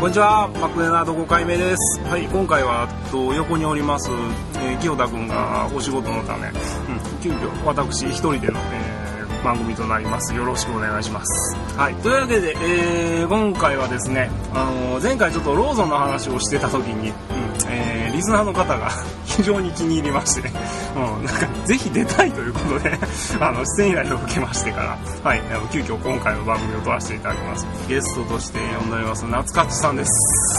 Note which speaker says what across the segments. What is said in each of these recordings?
Speaker 1: こんにちは、マクネナード5回目です。はい、今回はと横におります、えー清田君がお仕事のため、うん、急遽私一人での、えー番組となります。よろしくお願いします。はい、というわけで、えー今回はですね、あの前回ちょっとローソンの話をしてた時に、うんえーリスナーの方が 非常に気に入りまして、うん、なんかぜひ出たいということで あの出演依頼を受けましてから、はい、あの急遽今回の番組を撮らせていただきます。ゲストとして呼んでおります夏勝さんです。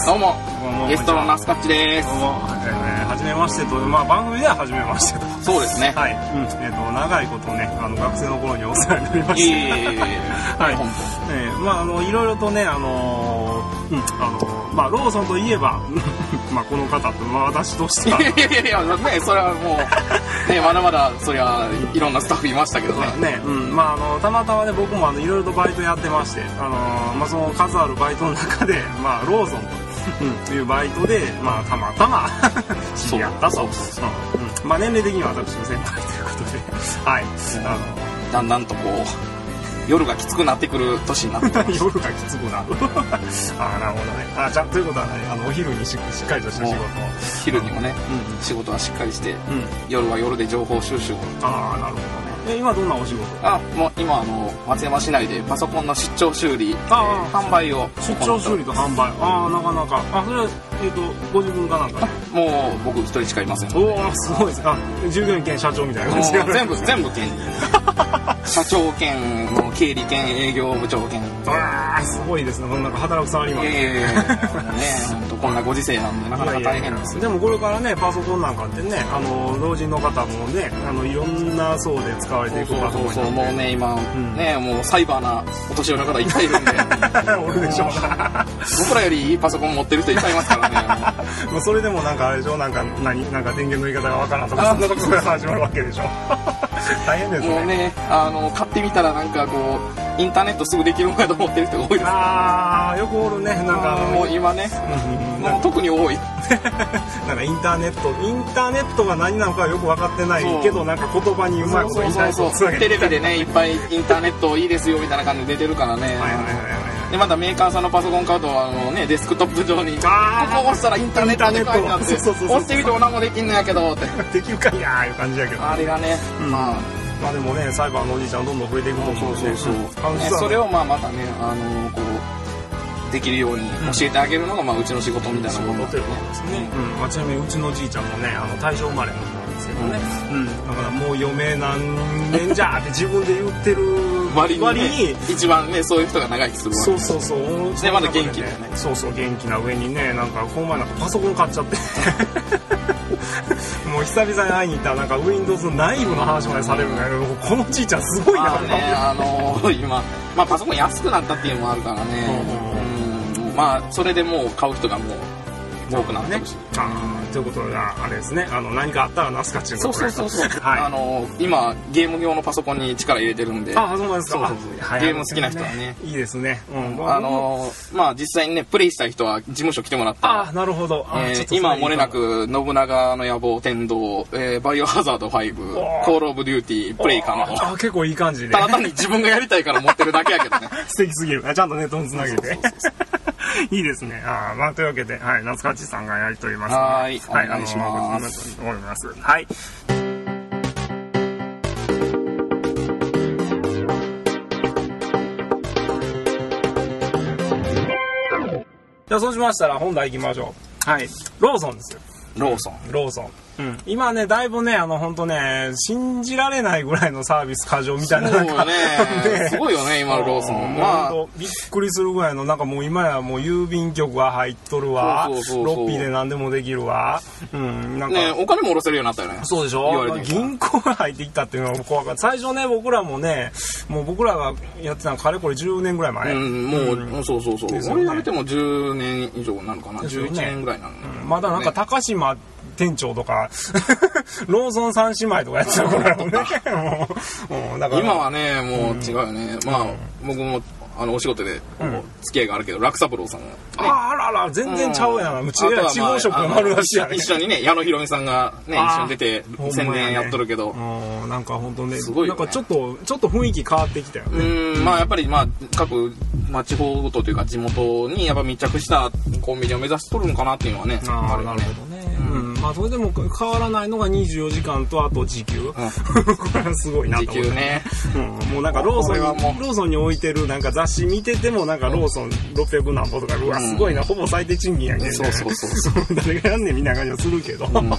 Speaker 2: どうも
Speaker 1: どうも
Speaker 2: ゲストのナスカッチです
Speaker 1: どうも、えーはじめましてと、まあ、番組でははじめましてと。
Speaker 2: そうですね
Speaker 1: はい。うん。えっ、と、長いことね、あの、学生の頃にお世話になりま
Speaker 2: い
Speaker 1: し
Speaker 2: えい
Speaker 1: た。
Speaker 2: えいえいえいえ
Speaker 1: はい
Speaker 2: 本
Speaker 1: えーまあ、あの、いろいろとね、あのーうん、あのーまあ、ローソンといえば、 まあ、この方と、まあ、私としては、
Speaker 2: 当いやいやいやねそれはもうねまだまだそりゃいろんなスタッフいましたけどね
Speaker 1: ね、うん、まあ、あの、たまたまね、僕も、あの、いろいろとバイトやってまして、あのーまあ、その数あるバイトの中で、まあ、ローソンと。うん、というバイトで、まあ、たまたま 知り合ったと。
Speaker 2: そうそうそう
Speaker 1: うんまあ、年齢的には私の先輩ということで、はい。あの、
Speaker 2: だんだんとこう夜がきつくなってくる年になってきまし
Speaker 1: 夜がきつくなる ああなるほどねあじゃあということはねあのお昼にししっかりとした仕事を
Speaker 2: た昼にもね仕事はしっかりして
Speaker 1: うんうん
Speaker 2: 夜は夜で情報収集を
Speaker 1: ああなるほどねえ今どんなお仕事
Speaker 2: あもう今あの松山市内でパソコンの出張修理えー
Speaker 1: ああ
Speaker 2: 販売を
Speaker 1: 出張修理と販売ああなかなかあそれはえっ、とご自分かなんか
Speaker 2: もう僕一人しかいませんもう
Speaker 1: おおすごいですあ従業員兼社長みたいな感じで
Speaker 2: 全部全部兼 社長兼もう経理兼営業部長兼
Speaker 1: ああすごいですねなんか働くさありま
Speaker 2: い
Speaker 1: す
Speaker 2: や
Speaker 1: ね
Speaker 2: いやいやね本当こんなご時世なんでなかなか大変ですよ
Speaker 1: でもこれからねパソコンなんかってねあの老人の方もねあのいろんな層で使われ
Speaker 2: そ
Speaker 1: て
Speaker 2: う
Speaker 1: いく
Speaker 2: そう
Speaker 1: パソコン
Speaker 2: そう
Speaker 1: に
Speaker 2: そうもうね今、
Speaker 1: ん
Speaker 2: ねもうサイバーなお年寄りの方いっぱいいるんで
Speaker 1: おるでしょうな
Speaker 2: 僕らよりいいパソコン持ってる人いっぱいいます からね
Speaker 1: まあそれでもなんかあれでしょなんか何なんか電源の言い方がわからんとか
Speaker 2: あ
Speaker 1: そんなとこから始まるわけでしょ 大変ですね
Speaker 2: もうねあの買ってみたらなんかこうインターネットすぐできるのかと思ってる人が多いです
Speaker 1: ああよくおるねなんかあの
Speaker 2: もう今ね
Speaker 1: うん うんな
Speaker 2: も
Speaker 1: ん
Speaker 2: う
Speaker 1: か
Speaker 2: 特に多い
Speaker 1: なんかインターネットインターネットが何なのかよく分かってないけどなんか言葉にうまいこと言いたい
Speaker 2: そう
Speaker 1: と
Speaker 2: そ
Speaker 1: つな
Speaker 2: うそう
Speaker 1: げて
Speaker 2: テレビでねいっぱいインターネットいいですよみたいな感じで出てるからね、
Speaker 1: はいはいはいはい
Speaker 2: でまたメーカーさんのパソコン買うとあの、ね、デスクトップ上にこ
Speaker 1: あー
Speaker 2: こ押したらインターネットで書いて
Speaker 1: イ
Speaker 2: あって
Speaker 1: ンターネットそうそうそうそう
Speaker 2: 押してみても何もできんのやけどって
Speaker 1: できるかいやーいう感じやけど
Speaker 2: あれがね、
Speaker 1: うん
Speaker 2: まあ
Speaker 1: まあでもねサイバーのおじいちゃんどんどん増えていくと思うんでねあの
Speaker 2: ね
Speaker 1: 実は
Speaker 2: それをまあまたねあのこうできるように教えてあげるのが、まあ、うちの仕事みたいなもの
Speaker 1: ということですね、うんまあ、ちなみにうちのじいちゃんもねあの大正生まれの子なんですけどね、うんだからもう余命何年じゃって自分で言ってる
Speaker 2: 割に,、ね、
Speaker 1: に
Speaker 2: 一番ねそういう人が長生きするわ
Speaker 1: そうそうそう
Speaker 2: でまだ元気だよね
Speaker 1: そうそう元気な上にねなんかこの前なんかパソコン買っちゃって もう久々に会いに行ったらなんか Windows の内部の話までされるんだけどこのじいちゃんすごいな
Speaker 2: ま
Speaker 1: と
Speaker 2: あ
Speaker 1: 思っ
Speaker 2: ね
Speaker 1: て、
Speaker 2: あの今、まあ、パソコン安くなったっていうのもあるからねうん、まあそれでもう買う人がもう多くなってるし、
Speaker 1: あーということがあれですねあの何かあったらなすかっていうこ
Speaker 2: そ
Speaker 1: と
Speaker 2: うそうそうそう、
Speaker 1: はい
Speaker 2: あの今ゲーム用のパソコンに力入れてるんで
Speaker 1: あ、そうなんですか。
Speaker 2: そうそうそう
Speaker 1: あ
Speaker 2: ゲーム好きな人はね。
Speaker 1: いいですね。うん。
Speaker 2: あ、のーまあ実際にねプレイしたい人は事務所来てもらった
Speaker 1: あ
Speaker 2: ら、
Speaker 1: なるほど。あ
Speaker 2: えー
Speaker 1: ちょっとそれ
Speaker 2: 今は漏れない
Speaker 1: い
Speaker 2: く「信長の野望天道」えーバイオハザード
Speaker 1: おー
Speaker 2: 5」「コール・オブ・デューテ
Speaker 1: か
Speaker 2: ィー」「
Speaker 1: も
Speaker 2: プレイ可能」
Speaker 1: ああ、結構いい感じで
Speaker 2: た。だ単に自分がやりたいから持ってるだけやけどね
Speaker 1: 素敵すぎる。あち ゃんとネットにつなげて。いいですね。ああ、まあ、というわけで、はい、夏川ちさんがやりとりますので。
Speaker 2: はーいお願いします
Speaker 1: あのー頑張ります。はい。じゃあそうしましたら本題行きましょう。はい。ローソンですよ。
Speaker 2: ローソン
Speaker 1: ローソン、うん、今ねだいぶねあの本当ね信じられないぐらいのサービス過剰みたいな
Speaker 2: そ
Speaker 1: な
Speaker 2: う
Speaker 1: んか
Speaker 2: よ ねすごいよね今のローソ
Speaker 1: う
Speaker 2: ン
Speaker 1: ん
Speaker 2: まあ
Speaker 1: ほんとびっくりするぐらいのなんかもう今やもう郵便局が入っとるわ
Speaker 2: そうそうそうそう
Speaker 1: ロッピーで何でもできるわうんなんか、
Speaker 2: ねお金も下ろせるようになったよね
Speaker 1: そうでし
Speaker 2: 言
Speaker 1: ょ
Speaker 2: われてみたら
Speaker 1: 銀行が入ってきたっていうのが怖かった最初ね僕らもねもう僕らがやってたのかれこれ10年ぐらい前、
Speaker 2: うんもう、うんそうそうそう、
Speaker 1: ですよね
Speaker 2: 俺辞めても10年以上なのかな、
Speaker 1: ですよね
Speaker 2: 11年ぐらいなの、
Speaker 1: うんまだなんか高島店長とか、 ローソン三姉妹とかや ってた頃やもんねもうもうだから
Speaker 2: 今はねもう違うよね、まあ僕もあのお仕事で
Speaker 1: うん
Speaker 2: 付き合いがあるけど、楽三郎さんが、ね、
Speaker 1: ああらら、全然ちゃうやん。うち
Speaker 2: あとは
Speaker 1: ら
Speaker 2: まあ
Speaker 1: 地方職の丸出しや
Speaker 2: あの
Speaker 1: ね。
Speaker 2: 一緒にね矢野ひろみさんがね
Speaker 1: あー
Speaker 2: 一緒に出て
Speaker 1: ほんまやね
Speaker 2: 宣伝やっとるけど、
Speaker 1: うんなんか本当ね
Speaker 2: すごいよ
Speaker 1: なん
Speaker 2: ね
Speaker 1: かちょっと、ちょっと雰囲気変わってきたよ
Speaker 2: う
Speaker 1: ね。
Speaker 2: ーんまあやっぱりまあ各、まあ、地方ごとというか地元にやっぱ密着したコンビニを目指しとるのかなっていうのはね
Speaker 1: ああ、
Speaker 2: よ
Speaker 1: な
Speaker 2: ね
Speaker 1: るほどね。うん。まあ、それでも変わらないのが24時間と、あと時給。 これはすごいなと思
Speaker 2: 時
Speaker 1: っ
Speaker 2: 給
Speaker 1: て。
Speaker 2: ね
Speaker 1: うんもうなんかローソン
Speaker 2: これはも
Speaker 1: に、
Speaker 2: う
Speaker 1: ローソンに置いてるなんか雑誌見ててもなんかローソン600何歩とか、うわ、すごいな、ほぼ最低賃金やけど、ね。
Speaker 2: そうそうそ う
Speaker 1: 誰がやんねんみたいな感じはするけど。
Speaker 2: うん、ま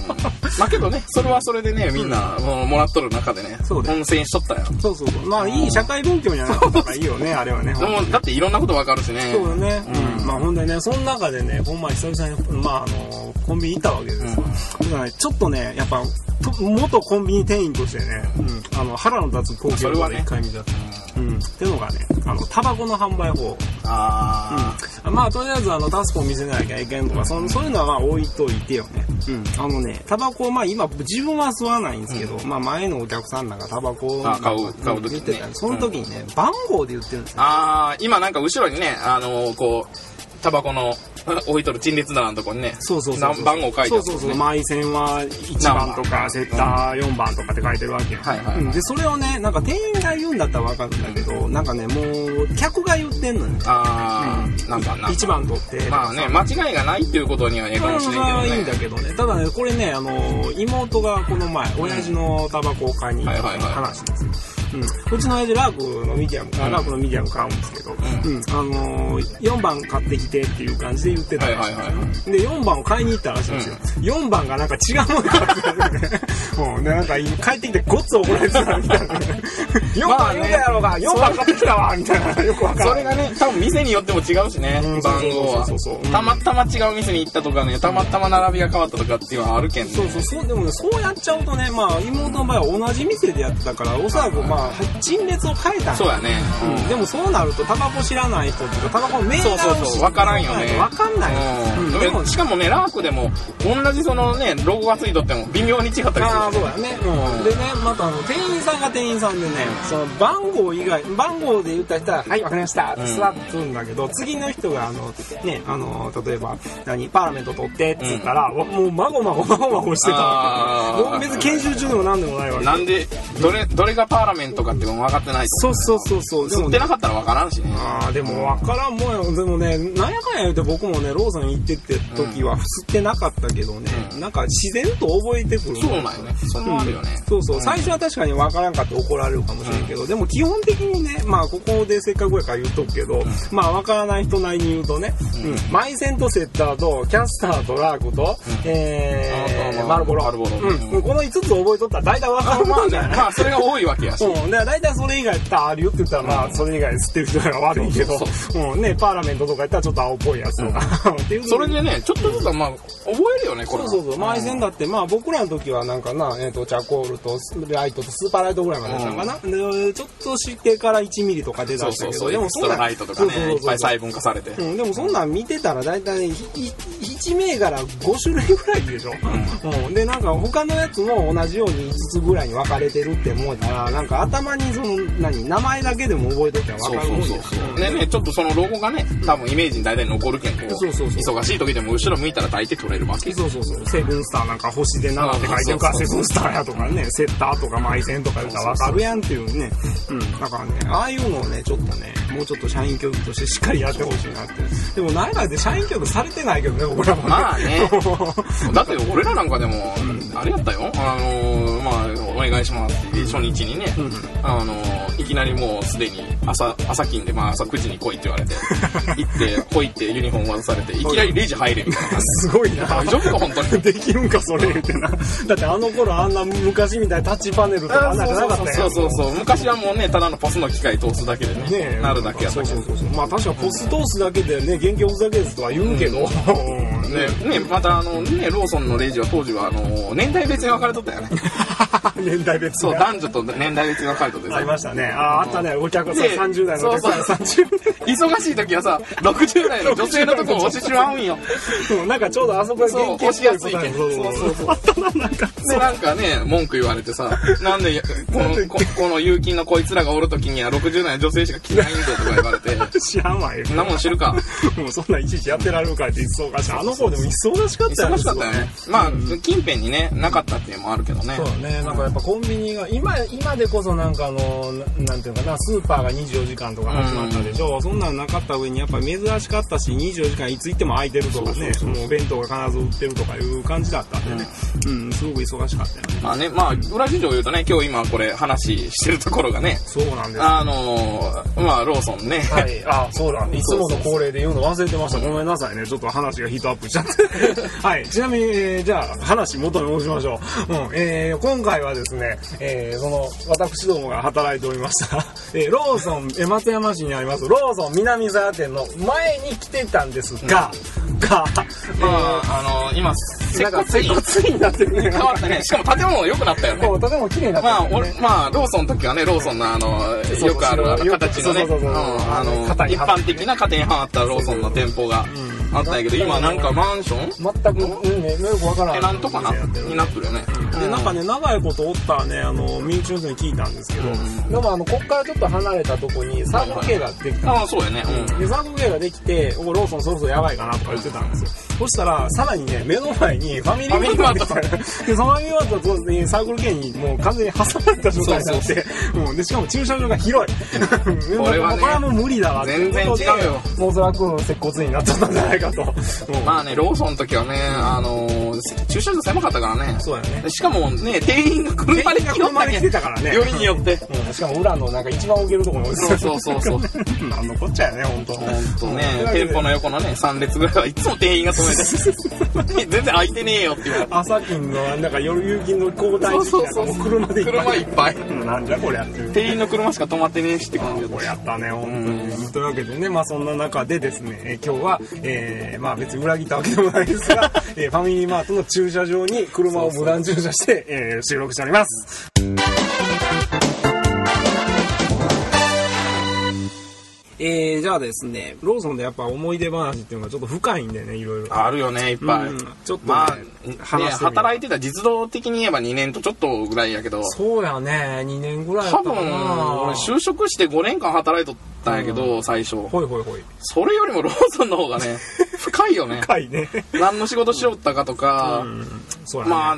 Speaker 2: あけどねそれはそれでねみんなもうもらっとる中でね
Speaker 1: そうだよ
Speaker 2: 温泉しとったよ
Speaker 1: そうそうそう。まあ、いい社会勉強にはなったからいいよね、あれはね。
Speaker 2: でもだっていろんなことわかるしね
Speaker 1: そうよね。うん。まあ、ほんでね、その中でね、ほんま久々に、まあ、あの、コンビニ行ったわけですよ。だからね、ちょっとね、やっぱ、と元コンビニ店員としてね、うん、あの、腹の立つ光景を
Speaker 2: まあそれは
Speaker 1: ね
Speaker 2: ね
Speaker 1: 一回見ちゃった。うん。ってのがね、あの、タバコの販売法。
Speaker 2: あ
Speaker 1: まあ、とりあえず、あの、タスコを見せなきゃいけんとか、そのそういうのはまあ置いといてよね。うん。あのね、タバコ、まあ今、自分は吸わないんですけど、まあ前のお客さんなんかタバコを
Speaker 2: あ買う買う時
Speaker 1: 言
Speaker 2: にね
Speaker 1: ってたんでその時にね、番号で言ってるんです
Speaker 2: ー
Speaker 1: よ。
Speaker 2: あー今なんか後ろにねあのーこうタバコの うん置いとる陳列棚のとこにね
Speaker 1: そうそうそうそう
Speaker 2: な番号書いてある、
Speaker 1: そ
Speaker 2: ね、
Speaker 1: うそうそう前線は1番とかセッター4番とかって書いてるわけ、
Speaker 2: はいはいはい
Speaker 1: うんでそれをねなんか店員が言うんだったら分かるんだけどなんかねもう客が言ってんのよ
Speaker 2: あー、なんかな
Speaker 1: 1番取って
Speaker 2: まあね間違いがないっていうことにはええ
Speaker 1: こ
Speaker 2: か
Speaker 1: れ
Speaker 2: もしれんけど
Speaker 1: は
Speaker 2: ね
Speaker 1: いいんだけどねただねこれねあの妹がこの前親父のタバコを買いに行った
Speaker 2: はいはいはい
Speaker 1: 話ですよ、うん、うちの親父ラークのミディアムか、
Speaker 2: うん
Speaker 1: ラークのミディアム買うんですけど、うんあの4番買ってきてっていう感じで言ってたらしいんですよ
Speaker 2: はいはいはい
Speaker 1: で4番を買いに行ったらしいんですよ、4番がなんか違うもの買ってて もうねなんか帰ってきてごっつ怒られてたみた いな4
Speaker 2: まあ
Speaker 1: 番
Speaker 2: ね
Speaker 1: 言うたやろうが4番買ってきたわみたいなよくわか
Speaker 2: そ
Speaker 1: らな
Speaker 2: れ
Speaker 1: い
Speaker 2: がね多分店によっても違うしね、
Speaker 1: うんそ
Speaker 2: 番号は
Speaker 1: うそうそうそううん
Speaker 2: たまたま違う店に行ったとかねたまたま並びが変わったとかっていうのはあるけんね
Speaker 1: そうそうそうでもねそうやっちゃうとねまあ妹の場合は同じ店でやってたからおそらくまあ陳列を変えたん
Speaker 2: そう
Speaker 1: や
Speaker 2: やね、
Speaker 1: うんでもそうなるとタバコ知らない人っていうかタバコのメーカ
Speaker 2: そうそ
Speaker 1: ー
Speaker 2: う
Speaker 1: を
Speaker 2: そう
Speaker 1: 知
Speaker 2: 分からんよね
Speaker 1: 分かんない、う
Speaker 2: う
Speaker 1: んん、で
Speaker 2: で
Speaker 1: も
Speaker 2: もしかもねラークでも同じそのねロゴがついとっても微妙に違ったりする
Speaker 1: ああそうだね、うん、でねまたあの店員さんが店員さんでねその番号以外番号で言った人は「はいわかりました」って座ってるんだけど、次の人があのねあの例えば「何パーラメント取って」っつったら、わもうまごまごまごまごしてたわ
Speaker 2: あ
Speaker 1: け
Speaker 2: ー
Speaker 1: もう別に研修中でも何でもないわけ
Speaker 2: なんでどれどれがパーラメントかっていうのも分かってないと
Speaker 1: そうそうそうそうで
Speaker 2: 吸
Speaker 1: も
Speaker 2: って
Speaker 1: ね
Speaker 2: なかったら分からんしね
Speaker 1: あーでもわからんもんやでもねなんやかんや言うて僕もねローソン行ってって時は吸ってなかったけどね、
Speaker 2: うん
Speaker 1: なんか自然と覚えてくるもん
Speaker 2: そうなんよねそれもあるよね、
Speaker 1: そうそう、最初は確かに分からんかって怒られるかもしれんけど、でも基本的にね、まあここでせっかくやから言っとくけど、まあ分からない人なりに言うとね、うん、マイセントセッターと、キャスターとラークと、
Speaker 2: あ
Speaker 1: え
Speaker 2: と
Speaker 1: ー、
Speaker 2: は
Speaker 1: マルボロ。
Speaker 2: マルボロ
Speaker 1: うん。この5つ覚えとったら大体分かるもんじゃない
Speaker 2: まあそれが多いわけやし、
Speaker 1: うん、だから大体それ以外やったらあるよって言ったら、まあ、それ以外吸ってる人が悪いけど、
Speaker 2: そう
Speaker 1: うん、ね、パーラメントとかやったらちょっと青っぽいやつとか、 っていう
Speaker 2: それでねちょっとずつはまあ覚えるよねこれ
Speaker 1: そう
Speaker 2: は
Speaker 1: そうそう、前線だって、まあ僕らの時はなんかな、えっ、と、チャコールとスライトとスーパーライトぐらいまでしたかな。でちょっとしてから1ミリとか出だ
Speaker 2: そう
Speaker 1: した
Speaker 2: そ
Speaker 1: け
Speaker 2: う
Speaker 1: ど、
Speaker 2: そう
Speaker 1: で
Speaker 2: エ
Speaker 1: も
Speaker 2: ク
Speaker 1: そん
Speaker 2: スト
Speaker 1: な
Speaker 2: ラ
Speaker 1: ん
Speaker 2: ライトと
Speaker 1: そ
Speaker 2: かね
Speaker 1: うそうそう
Speaker 2: いっぱい細分化されて、
Speaker 1: うん、でもそんなん見てたら大体いい1銘柄5種類ぐらいでしょ、うんでなんか他のやつも同じように5つぐらいに分かれてるって思うからなんか頭にその何名前だけでも覚えとったら分
Speaker 2: そう
Speaker 1: かるも
Speaker 2: そ
Speaker 1: ん
Speaker 2: う
Speaker 1: です
Speaker 2: そう
Speaker 1: よ
Speaker 2: そうでねちょっとそのロゴがね多分イメージに大体残るけんこう
Speaker 1: そうそうそう
Speaker 2: 忙しい時でも後ろ向いたら大抵取れるわけ
Speaker 1: そうそうそう。セブンスターなんか星で7って書いてるから、
Speaker 2: あそ
Speaker 1: セ
Speaker 2: うそうそう
Speaker 1: ブンスターやとかね、セッターとかマイセンとか言うたらわかるやんっていうね。うん。だからね、ああいうのをね、ちょっとね、もうちょっと社員教育としてしっかりやってほしいなって。でも、なんやかんやで社員教育されてないけどね、僕らもね。
Speaker 2: まあね
Speaker 1: う
Speaker 2: だって俺らなんかでも、あれやったよあのーまあお願いしますって初日にね、あのーいきなりもうすでに朝朝勤でまあ朝9時に来いって言われ て行って来いってユニフォーム渡されていきなりレジ入れみたい な
Speaker 1: すごいな。
Speaker 2: 大丈夫か本当に
Speaker 1: できるんか、それ言うてな。だってあの頃あんな昔みたいにタッチパネルとかあんなんじゃなかったやん。
Speaker 2: そうそうそう昔はもうねただのパスの機械通すだけでね
Speaker 1: ねえ
Speaker 2: なるだけやったけ
Speaker 1: そ
Speaker 2: ど
Speaker 1: うそうそうそうまあ確かポストースだけでね元気を押すだけですとは言うけど、うん
Speaker 2: ねねまたあのねローソンのレジは当時はあの年代別に分かれとったよね
Speaker 1: 言 年代別
Speaker 2: そう
Speaker 1: が
Speaker 2: 男女と年代別に分かれたで
Speaker 1: あり
Speaker 2: さ
Speaker 1: ましたねああったねお客さん
Speaker 2: で
Speaker 1: 30代のお客さん
Speaker 2: そ
Speaker 1: 30
Speaker 2: う忙しい時はさ60代の女性のとこを押してしまうんよ
Speaker 1: 代うんなんかちょうどあそこが
Speaker 2: そう
Speaker 1: 原
Speaker 2: 押
Speaker 1: 型
Speaker 2: しやすい
Speaker 1: っぽ
Speaker 2: け
Speaker 1: い
Speaker 2: ん
Speaker 1: 答
Speaker 2: そ
Speaker 1: え
Speaker 2: う
Speaker 1: そ
Speaker 2: そううそうでなんかね文句言われてさなんでこのここの有金のこいつらがおる時には60代の女性しか着ないんだとか言われて
Speaker 1: 知らんわよ
Speaker 2: そんなもん知るか
Speaker 1: もうそんないちいちやってられるかって忙しいあの方でも忙しかったよ
Speaker 2: 忙しかったよねまあ近辺にねなかったっていうのもあるけどね
Speaker 1: そうだね、なんかやっぱコンビニが、今、今でこそなんかあの、ななんていうのかな、スーパーが24時間とか始まったでしょ、そんなんなかった上にやっぱ珍しかったし、24時間いつ行っても空いてるとかね、
Speaker 2: そうそうそう
Speaker 1: もうお弁当が必ず売ってるとかいう感じだったんでね、うん、すごく忙しかったよね。
Speaker 2: まあねまあ裏事情を言うとね今日今これ話してるところがね
Speaker 1: そうなんです。
Speaker 2: あのーまあローソンね
Speaker 1: はい、あ、そうだ、いつもの恒例で言うの忘れてました。ごめんなさいね、ちょっと話がヒートアップしちゃって。 はい、ちなみに、えーじゃあ、話元に戻しましょう。うん、えー今回はですね、えーその、私どもが働いておりました、 えーローソン、えー松山市にあります、ローソン南沢店の前に来てたんですが、が、
Speaker 2: まあ、あの、今、
Speaker 1: え
Speaker 2: せ
Speaker 1: ー、
Speaker 2: っ
Speaker 1: なん
Speaker 2: か
Speaker 1: か、せ
Speaker 2: く
Speaker 1: っこついになってくるね。
Speaker 2: 変わったね。しかも建物良くなったよ ね。
Speaker 1: もうとても綺麗になって
Speaker 2: まあ、
Speaker 1: る
Speaker 2: 俺、
Speaker 1: ね。
Speaker 2: まあ、ローソンの時はね、ローソンのあの、よくあるあの
Speaker 1: よく
Speaker 2: 形のね、
Speaker 1: そうそう
Speaker 2: う
Speaker 1: そうんそう
Speaker 2: あの、
Speaker 1: 型に
Speaker 2: 一
Speaker 1: はまっ
Speaker 2: 般
Speaker 1: て
Speaker 2: 的な家庭にはまったローソンの店舗が
Speaker 1: うん
Speaker 2: あったんやけど、今なんかマンション
Speaker 1: 全く、うん、ね、よくわからん。
Speaker 2: テナントかな
Speaker 1: 店やってる
Speaker 2: になってるよね。
Speaker 1: でなんかね長いことおったねあの身内の人に聞いたんですけど、
Speaker 2: ん
Speaker 1: でもあのこっからちょっと離れたとこにサード系ができた、
Speaker 2: ああ、そうやね。うん。
Speaker 1: でサード系ができておローソンそろそろやばいかなとか言ってたんですよ、そしたらさらにね目の前にファミリーマートができたでそのファミリーマートとねサークル系にもう完全に挟まれた状態になってうんでしかも駐車場が広い
Speaker 2: これはね
Speaker 1: これはもう無理だわっていうことで
Speaker 2: 全然違うよ
Speaker 1: もうおそらく接骨院になっちゃったんじゃないかと、うん
Speaker 2: まあね、ローソンの時はね、あの、駐車場狭かったからね。
Speaker 1: そうやね
Speaker 2: しかもね、店員が車で
Speaker 1: 店員
Speaker 2: 来よった
Speaker 1: が車で来てたからね
Speaker 2: よりによって。
Speaker 1: うんしかも裏のなんか一番置けるところに置いてた
Speaker 2: そうそうそう
Speaker 1: なんのこっちゃやね本当
Speaker 2: ほんとね、店舗の横のね、3列ぐらいはいつも店員が止めて、 全然空いてねえよって言われて。
Speaker 1: 朝金のなんか夜夕金の交代時期なんかもう車でいっ ぱい
Speaker 2: 車いっぱい。
Speaker 1: うんなんじゃこれやってる
Speaker 2: 店員の車しか止まってねえしって感じだ
Speaker 1: こ
Speaker 2: っ
Speaker 1: れやったね本当
Speaker 2: う
Speaker 1: にというわけでねまあそんな中でですねえー今日はえーまあ別に裏切ったわけでもないですが えーファミリーマートの駐車場に車を無断駐車してえー収録しておりますえー、じゃあですね、ローソンでやっぱ思い出話っていうのがちょっと深いんでね、いろいろ。
Speaker 2: た。あるよね、いっぱい。
Speaker 1: うんちょっとね
Speaker 2: まあ、ね、
Speaker 1: 話してみよう
Speaker 2: 働いてた実動的に言えば2年とちょっとぐらいやけど、
Speaker 1: そうやね、2年ぐらいや
Speaker 2: 多
Speaker 1: った
Speaker 2: 分、
Speaker 1: かな。
Speaker 2: 俺就職して5年間働いとったんやけど、最初。
Speaker 1: ほいほいほい。
Speaker 2: それよりもローソンの方が ね、深いよね。
Speaker 1: 深い ね。
Speaker 2: 何の仕事しよったかとか、
Speaker 1: そうやね。
Speaker 2: まあ、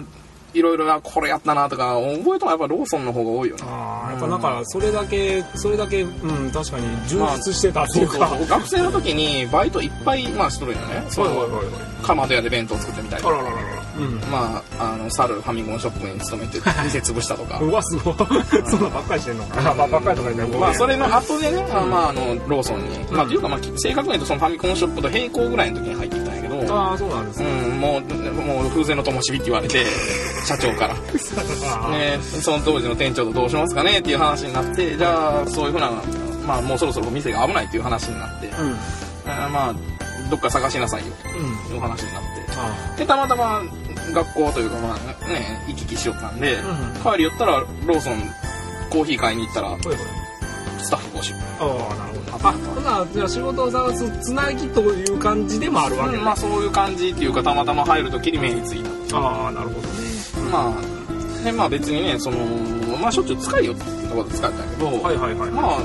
Speaker 2: いろいろな、これやったなとか、覚えてもやっぱローソンの方が多いよな。
Speaker 1: あーやっぱだからそれだけ、それだけうん確かに充実してたっていうか、
Speaker 2: まあそうそうそう学生の時にバイトいっぱい、まあ、しとるんよねそ
Speaker 1: はい
Speaker 2: の
Speaker 1: はいはいはい
Speaker 2: かまど屋で弁当作ってみたり
Speaker 1: あらららら
Speaker 2: まああの猿ファミコンショップに勤めて店潰したとか
Speaker 1: うんうわすごいそんなばっかりしてんのかな、まあばっかりとか言ったら
Speaker 2: まあそ
Speaker 1: れ
Speaker 2: れの後でね、まあ、まああのローソンに、まあというか、まあ、正確に言うとそのファミコンショップと並行ぐらいの時に入ってきたんやけど
Speaker 1: ああそうなんです
Speaker 2: う
Speaker 1: ね、
Speaker 2: ん、もうもう風前の灯火って言われて社長から、
Speaker 1: あー
Speaker 2: ね、その当時の店長とどうしますかねっていう話になってじゃあそういうふうな、まあ、もうそろそろ店が危ないっていう話になって、
Speaker 1: うんうん
Speaker 2: あーまあどっか探しなさいよっていう話になって、
Speaker 1: あ
Speaker 2: でたまたま学校というかまあね行き来しよったんで、
Speaker 1: うん
Speaker 2: 帰り寄ったらローソンコーヒー買いに行ったら
Speaker 1: ーほいほい
Speaker 2: スタッフ募集
Speaker 1: ああなるほど
Speaker 2: あ
Speaker 1: ほなじゃあ仕事を探すつなぎという感じでもあるわけね、
Speaker 2: まあそういう感じっていうかたまたま入る時に目についた、
Speaker 1: ああなるほどね
Speaker 2: まあでまあ別にねそのまあしょっちゅう使いよってところで使ったんやけど、
Speaker 1: はいはいはい、
Speaker 2: まあ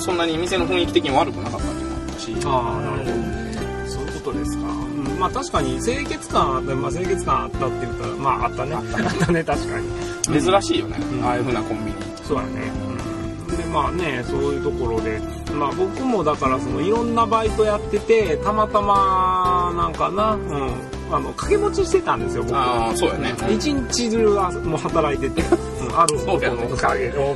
Speaker 2: そんなに店の雰囲気的に悪くなかったっていうのもあったし
Speaker 1: ああなるほどそういうことですか、うん、まあ確かに清潔感あった、まあ、清潔感あったって言ったらまああったねあったね確かに
Speaker 2: 珍しいよね、
Speaker 1: うん
Speaker 2: ああいうふうなコンビニ
Speaker 1: そうだね、うん、でまあねそういうところでまあ僕もだからそのいろんなバイトやっててたまたまなんかな、うん、あの掛け持ちしてたんですよ僕
Speaker 2: ああそうやね、
Speaker 1: 一日中はもう働いてて、うんある
Speaker 2: そうやね
Speaker 1: 男の影の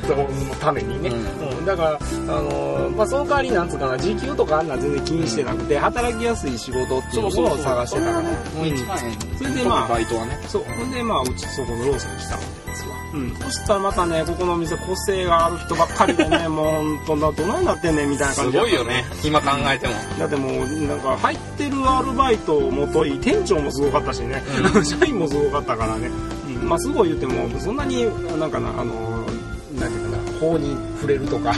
Speaker 1: ためにね、
Speaker 2: う
Speaker 1: うんだから、あのーまあ、その代わりなんつうかな時給とかあんなん全然気にしてなくて、働きやすい仕事っていうのを探してたから
Speaker 2: もう一番
Speaker 1: それでまあ
Speaker 2: バイトはね
Speaker 1: そうほんでまあうちそこのローソンに来たわけですわ、うん、そしたらまたねここの店個性がある人ばっかりで ねもう本当だどないなってんねんみたいな
Speaker 2: す
Speaker 1: 感じ
Speaker 2: ごいよね今考えても
Speaker 1: だってもうなんか 入ってるアルバイトもとい店長もすごかったしね、社員もすごかったからね、ううんまあすごい言ってもそんなになんかなあのなんていうかな法に触れるとか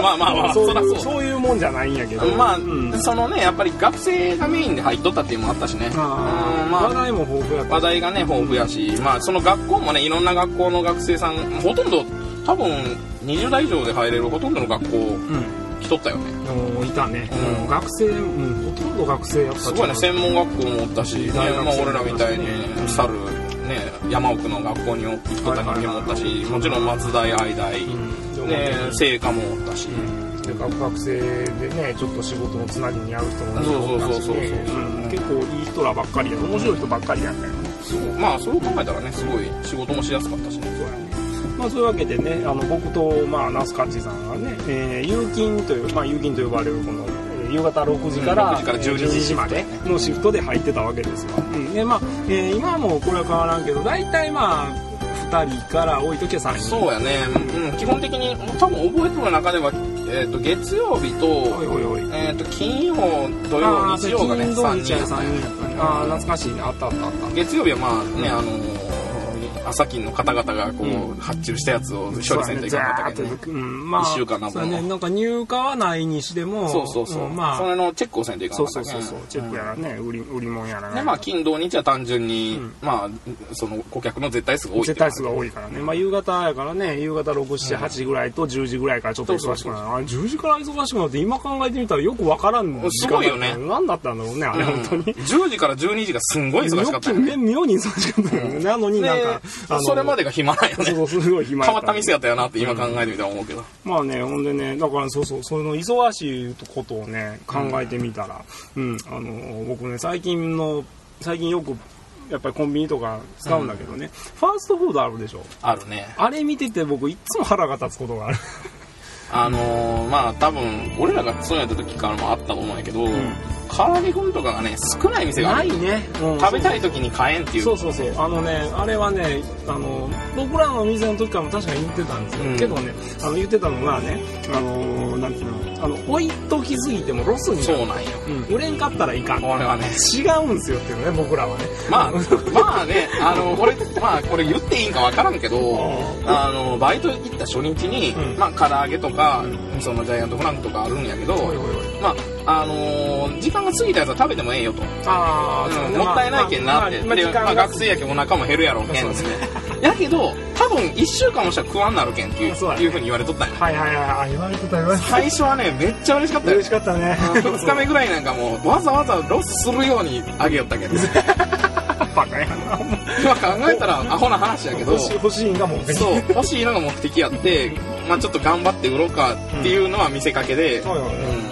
Speaker 2: ま あまあまあ、
Speaker 1: そう
Speaker 2: そ
Speaker 1: い
Speaker 2: りゃそうう
Speaker 1: そういうもんじゃないんやけど
Speaker 2: まあ、
Speaker 1: うん
Speaker 2: そのねやっぱり学生がメインで入っとったっていうのもあったしね
Speaker 1: あ
Speaker 2: う
Speaker 1: ー
Speaker 2: んまあ
Speaker 1: 話題も豊富やった
Speaker 2: 話題がね豊富やし、まあ、その学校もねいろんな学校の学生さんほとんど多分20代以上で入れるほとんどの学校来とったよね
Speaker 1: うんおいたね、
Speaker 2: うん
Speaker 1: うん学生、うん、ほとんど学生やった
Speaker 2: すごいね専門学校もおったし、ね
Speaker 1: 大学生
Speaker 2: まあ、俺らみたいに
Speaker 1: うん
Speaker 2: 猿、ね、山奥の学校に行っとった人間もおったしもちろん松大愛大、
Speaker 1: うん
Speaker 2: ね聖火もおったし、
Speaker 1: で学学生でねちょっと仕事のつなぎにある人もいる
Speaker 2: そうそうそうそう
Speaker 1: うん結構いい人らばっかりや面白い人ばっかりやったよね
Speaker 2: すごいまあそれを考えたらねすごい仕事もしやすかったしね
Speaker 1: そうやねまあ、そういうわけでねあの僕と、まあ、ナスカッチさんがね、えー夕勤という、まあ、夕勤と呼ばれるこのえー夕方6時から,、
Speaker 2: うん6時から12
Speaker 1: 12時までのシフトで入ってたわけですよ、うんでまあえー今はもうこれは変わらんけど大体まあ2人から多い時は3人
Speaker 2: そうやね、うん、基本的に多分覚えてる中では、えー、と月曜日と
Speaker 1: おいおいおい
Speaker 2: えー、と金曜土
Speaker 1: あ
Speaker 2: 曜
Speaker 1: あ
Speaker 2: 日曜がね
Speaker 1: 金土
Speaker 2: 3
Speaker 1: 日
Speaker 2: 人
Speaker 1: は3人やったねああ懐かしいねあったあったあった
Speaker 2: 月曜日はまあねあのー朝勤の方々がこう、
Speaker 1: うん
Speaker 2: 発注したやつを処理せんといかなかったけど、
Speaker 1: そうや
Speaker 2: ね、
Speaker 1: ねザーッとうんまあ
Speaker 2: 一週間な
Speaker 1: そうやねなんか入荷はないにしても
Speaker 2: そうそうそう、
Speaker 1: んま
Speaker 2: そ
Speaker 1: あ
Speaker 2: れのチェックをせんといか
Speaker 1: そ
Speaker 2: な
Speaker 1: う
Speaker 2: かった
Speaker 1: そうそうそうチェックやらね売り売り物やら
Speaker 2: で
Speaker 1: ね
Speaker 2: まあ金土日は単純に、
Speaker 1: うん
Speaker 2: まあその顧客の絶対数が多いってい
Speaker 1: 絶
Speaker 2: うの
Speaker 1: 対数が多いからね、まあ、夕方やからね夕方678時ぐらいと10時ぐらいからちょっと忙しくなるあれ10時から忙しくなるって今考えてみたらよくわからん時間だった
Speaker 2: すごいよね
Speaker 1: 何だったんだろうねあれ
Speaker 2: うん
Speaker 1: 本当に、
Speaker 2: 10時から12時がすんごい忙しかったよ
Speaker 1: 妙
Speaker 2: ね
Speaker 1: に 妙に忙しかったよねなのに
Speaker 2: で
Speaker 1: なんかあの
Speaker 2: それまでが暇なんよ
Speaker 1: そう
Speaker 2: ね
Speaker 1: そうすごい暇やね
Speaker 2: 変わった店やったよなって今考えてみたら思うけど、
Speaker 1: まあね、ほんでね、だからそうそう、その忙しいことをね、考えてみたら、うん、あの、僕ね、最近の、最近よく、やっぱりコンビニとか使うんだけどね、ファーストフードあるでしょ。
Speaker 2: あるね
Speaker 1: あれ見てて僕、いっつも腹が立つことがある。
Speaker 2: あのーまあ多分俺らがそうやった時からもあったと思うんやけど、
Speaker 1: ん
Speaker 2: 唐揚げ粉とかがね少 ない店がある
Speaker 1: ね。
Speaker 2: 食べた
Speaker 1: い
Speaker 2: い時に買えんっていう
Speaker 1: そうそうそうあのねあれはねあの僕らの店の時からも確かに言ってたんですよ、
Speaker 2: うん
Speaker 1: けどねあの言ってたのがねあのなんていうのあの置いときすぎてもロスに
Speaker 2: そう
Speaker 1: なる、
Speaker 2: なんよ
Speaker 1: うん、売れんかったらいかん
Speaker 2: これはね
Speaker 1: 違うんすよっていうね僕らはね
Speaker 2: まあまあねあのこれまあこれ言っていいんかわからんけど
Speaker 1: ん
Speaker 2: あのバイト行った初日に、
Speaker 1: うん
Speaker 2: まあ唐揚げとか、そのジャイアントフランクとかあるんやけど、
Speaker 1: おいおいおい
Speaker 2: まああのー時間が過ぎたやつは食べてもええよと、
Speaker 1: あ
Speaker 2: うんもったいないけんなって、でまあ、学生やけんお腹も減るやろうけんですねやけど多分1週間もしたら食わんなるけんっていう
Speaker 1: そうだね
Speaker 2: いうふうに言われとったんや
Speaker 1: はいはいはいあ言われてた言われて
Speaker 2: 最初はねめっちゃ嬉しかった
Speaker 1: た
Speaker 2: よ
Speaker 1: 嬉しかったね
Speaker 2: 2日目ぐらいなんかもうわざわざロスするようにあげよったけど
Speaker 1: バカやな
Speaker 2: 今考えたらアホな話やけど
Speaker 1: 欲しい
Speaker 2: そ
Speaker 1: 欲しいんがもう別に
Speaker 2: う欲しいのが目的やって、まあ、ちょっと頑張って売ろうかっていうのは見せかけで、
Speaker 1: そうよね
Speaker 2: うん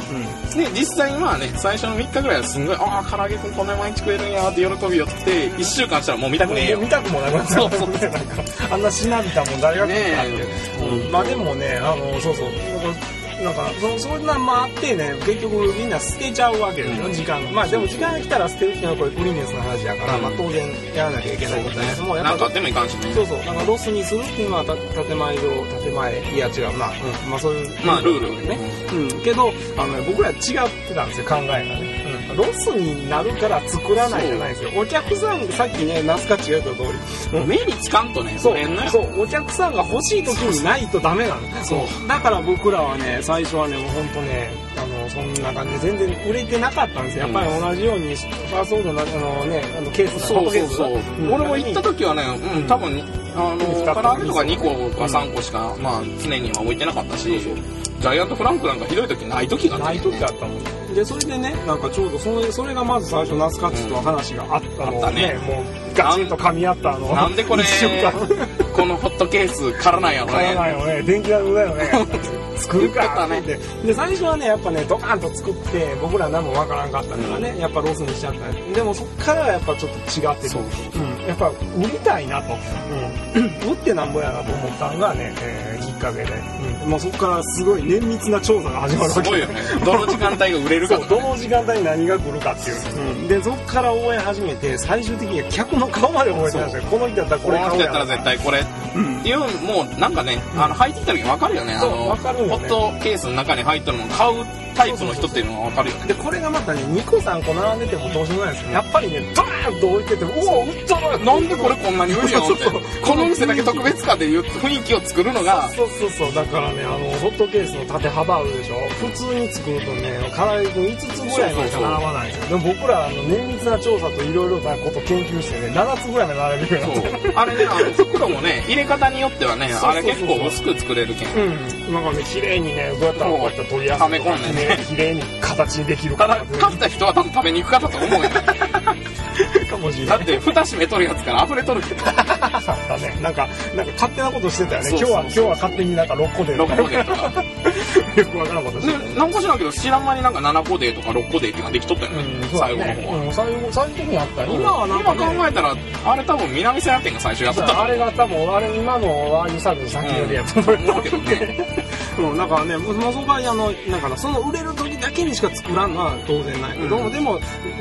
Speaker 2: で実際にまあね最初の3日ぐらいはすんごい「ああ唐揚げくんこんな毎日食えるんや」って喜びよって1週間したらもう見たくねえ
Speaker 1: もう
Speaker 2: よ
Speaker 1: 見たくもなくなっちゃった
Speaker 2: そうそう
Speaker 1: なんかあんなしなびたもん誰が食うかって
Speaker 2: ねえ
Speaker 1: まあでもねあのそうそうなんかそそんなんもあってね結局みんな捨てちゃうわけですよ、
Speaker 2: うん
Speaker 1: 時間まあでも時間が来たら捨てるっていうのはこれクリーネスの話やから、
Speaker 2: うん
Speaker 1: まあ当然やらなきゃいけないことですもうやっ
Speaker 2: な
Speaker 1: ぱ
Speaker 2: んかあってもいかんしね
Speaker 1: そうそう、あのロスにするっていうのはた建前上、建前、いや違う、まあ、うん、まあそういう。
Speaker 2: まあルール
Speaker 1: ね。うん、けど、あの、僕ら違ってたんですよ、考えがね。ロスになるから作らないじゃないんですよ。お客さん、さっきね、ナスカ違った通り。
Speaker 2: 目につかんとね
Speaker 1: そう
Speaker 2: れんの、よ
Speaker 1: そう、お客さんが欲しい時にないとダメなの。
Speaker 2: そう
Speaker 1: だから僕らはね、最初はね、もう本当ね、あの、そんな感じで全然売れてなかったんですよ。やっぱり同じように、ファーストオードの、あのね、あのケース
Speaker 2: そうそうそう、
Speaker 1: ん
Speaker 2: 俺も行った時はね、うん、多分にあの
Speaker 1: 二つ
Speaker 2: 唐揚げとか2個か3個しか、まあ常には置いてなかったしジャイアントフランクなんかひどい時ない時があった
Speaker 1: ない
Speaker 2: けど
Speaker 1: 時
Speaker 2: ね
Speaker 1: あったもんでそれでねなんかちょうどそれそれがまず最初ナスカッチと話があったの
Speaker 2: あっ
Speaker 1: を
Speaker 2: た
Speaker 1: ね
Speaker 2: ね
Speaker 1: もうガチンと噛み合ったあの
Speaker 2: なんでこれ
Speaker 1: 一週間
Speaker 2: このホットケースからな んやろ
Speaker 1: 買わ
Speaker 2: ね
Speaker 1: ないよね電気代無駄よ ね作る
Speaker 2: 作っ
Speaker 1: か
Speaker 2: た
Speaker 1: って
Speaker 2: ね
Speaker 1: 言ってで最初はねやっぱねドカーンと作って僕ら何もわからんかったからねやっぱロスにしちゃったでもそっからはやっぱちょっと違ってく
Speaker 2: そ
Speaker 1: る
Speaker 2: う
Speaker 1: うんやっぱ売りたいなと、うん、売ってなんぼやなと思ったのがね、えーきっかけで、うんもうそこからすごい綿密な調査が始まる
Speaker 2: す
Speaker 1: わけ
Speaker 2: ごいよねどの時間帯が売れるか
Speaker 1: そう
Speaker 2: と
Speaker 1: ど
Speaker 2: かね
Speaker 1: の時間帯に何が来るかっていう、うん、でそこから覚え始めて最終的には客の顔まで覚えてましたよこの人やったらこ
Speaker 2: こ
Speaker 1: れ
Speaker 2: れの
Speaker 1: 買
Speaker 2: 人
Speaker 1: う
Speaker 2: や
Speaker 1: や
Speaker 2: ったら
Speaker 1: ろ
Speaker 2: 絶対これっていうもうなんかねあの入ってきた時分かるよねあ
Speaker 1: そう
Speaker 2: の
Speaker 1: わかるよね
Speaker 2: ホットケースの中に入ったのを買うタイプの人っていうのが分かるよね
Speaker 1: でこれがまたね2個3個並んでてもどうしようもないんですけどやっぱりねドーンと置いててうおー売ったな
Speaker 2: なんでこれこんなに売るよ
Speaker 1: そ
Speaker 2: って
Speaker 1: うそう
Speaker 2: この店だけ特別かっていう雰囲気を作るのが
Speaker 1: そうそうそうだからねあのホットケースの縦幅あるでしょ普通に作るとねから揚げ粉5つぐらいまでしか並ばないんですよでも僕らあの綿密な調査といろいろなこと研究してね7つぐらいまで並べるようになって
Speaker 2: そうあれねあの袋もね入れ方によってはね
Speaker 1: そうそうそう
Speaker 2: あれ結構薄く作れるけん
Speaker 1: うん、なんかね、綺麗にね、どうやったらこうやって取りやすいとか
Speaker 2: はめ込んでね
Speaker 1: 綺麗に形にできるか
Speaker 2: た
Speaker 1: ら、
Speaker 2: だ買った人は多分食べに行くかだと思うよ
Speaker 1: かもしれない。
Speaker 2: だって蓋閉めとるやつから溢れとるけど
Speaker 1: だね、なんか、なんか勝手なことしてたよね。
Speaker 2: そ
Speaker 1: 今
Speaker 2: うそう
Speaker 1: 日
Speaker 2: そう
Speaker 1: は、今日は勝手になんか6個で、
Speaker 2: 6個でとか
Speaker 1: よくわからんことしてたよ
Speaker 2: で
Speaker 1: ね。
Speaker 2: なんか知らんけど知らん間になんか7個でとか6個でっていうのができとったよ
Speaker 1: う
Speaker 2: ね、
Speaker 1: ん、そう
Speaker 2: 最後
Speaker 1: だ
Speaker 2: の
Speaker 1: ね
Speaker 2: 方は、。
Speaker 1: うん、最後、最後にあったよ。今はなんか、
Speaker 2: 今
Speaker 1: ね、
Speaker 2: 考えたらあれ多分南セラ店が最初やっとった
Speaker 1: あれが多分、あれ、今のああいうサービス先よりやと思う
Speaker 2: 思うけどね
Speaker 1: うん、だからね、もうその場合、あの、なんかな、その売れる時だけにしか作らんのは当然ないけど、
Speaker 2: うん
Speaker 1: でも、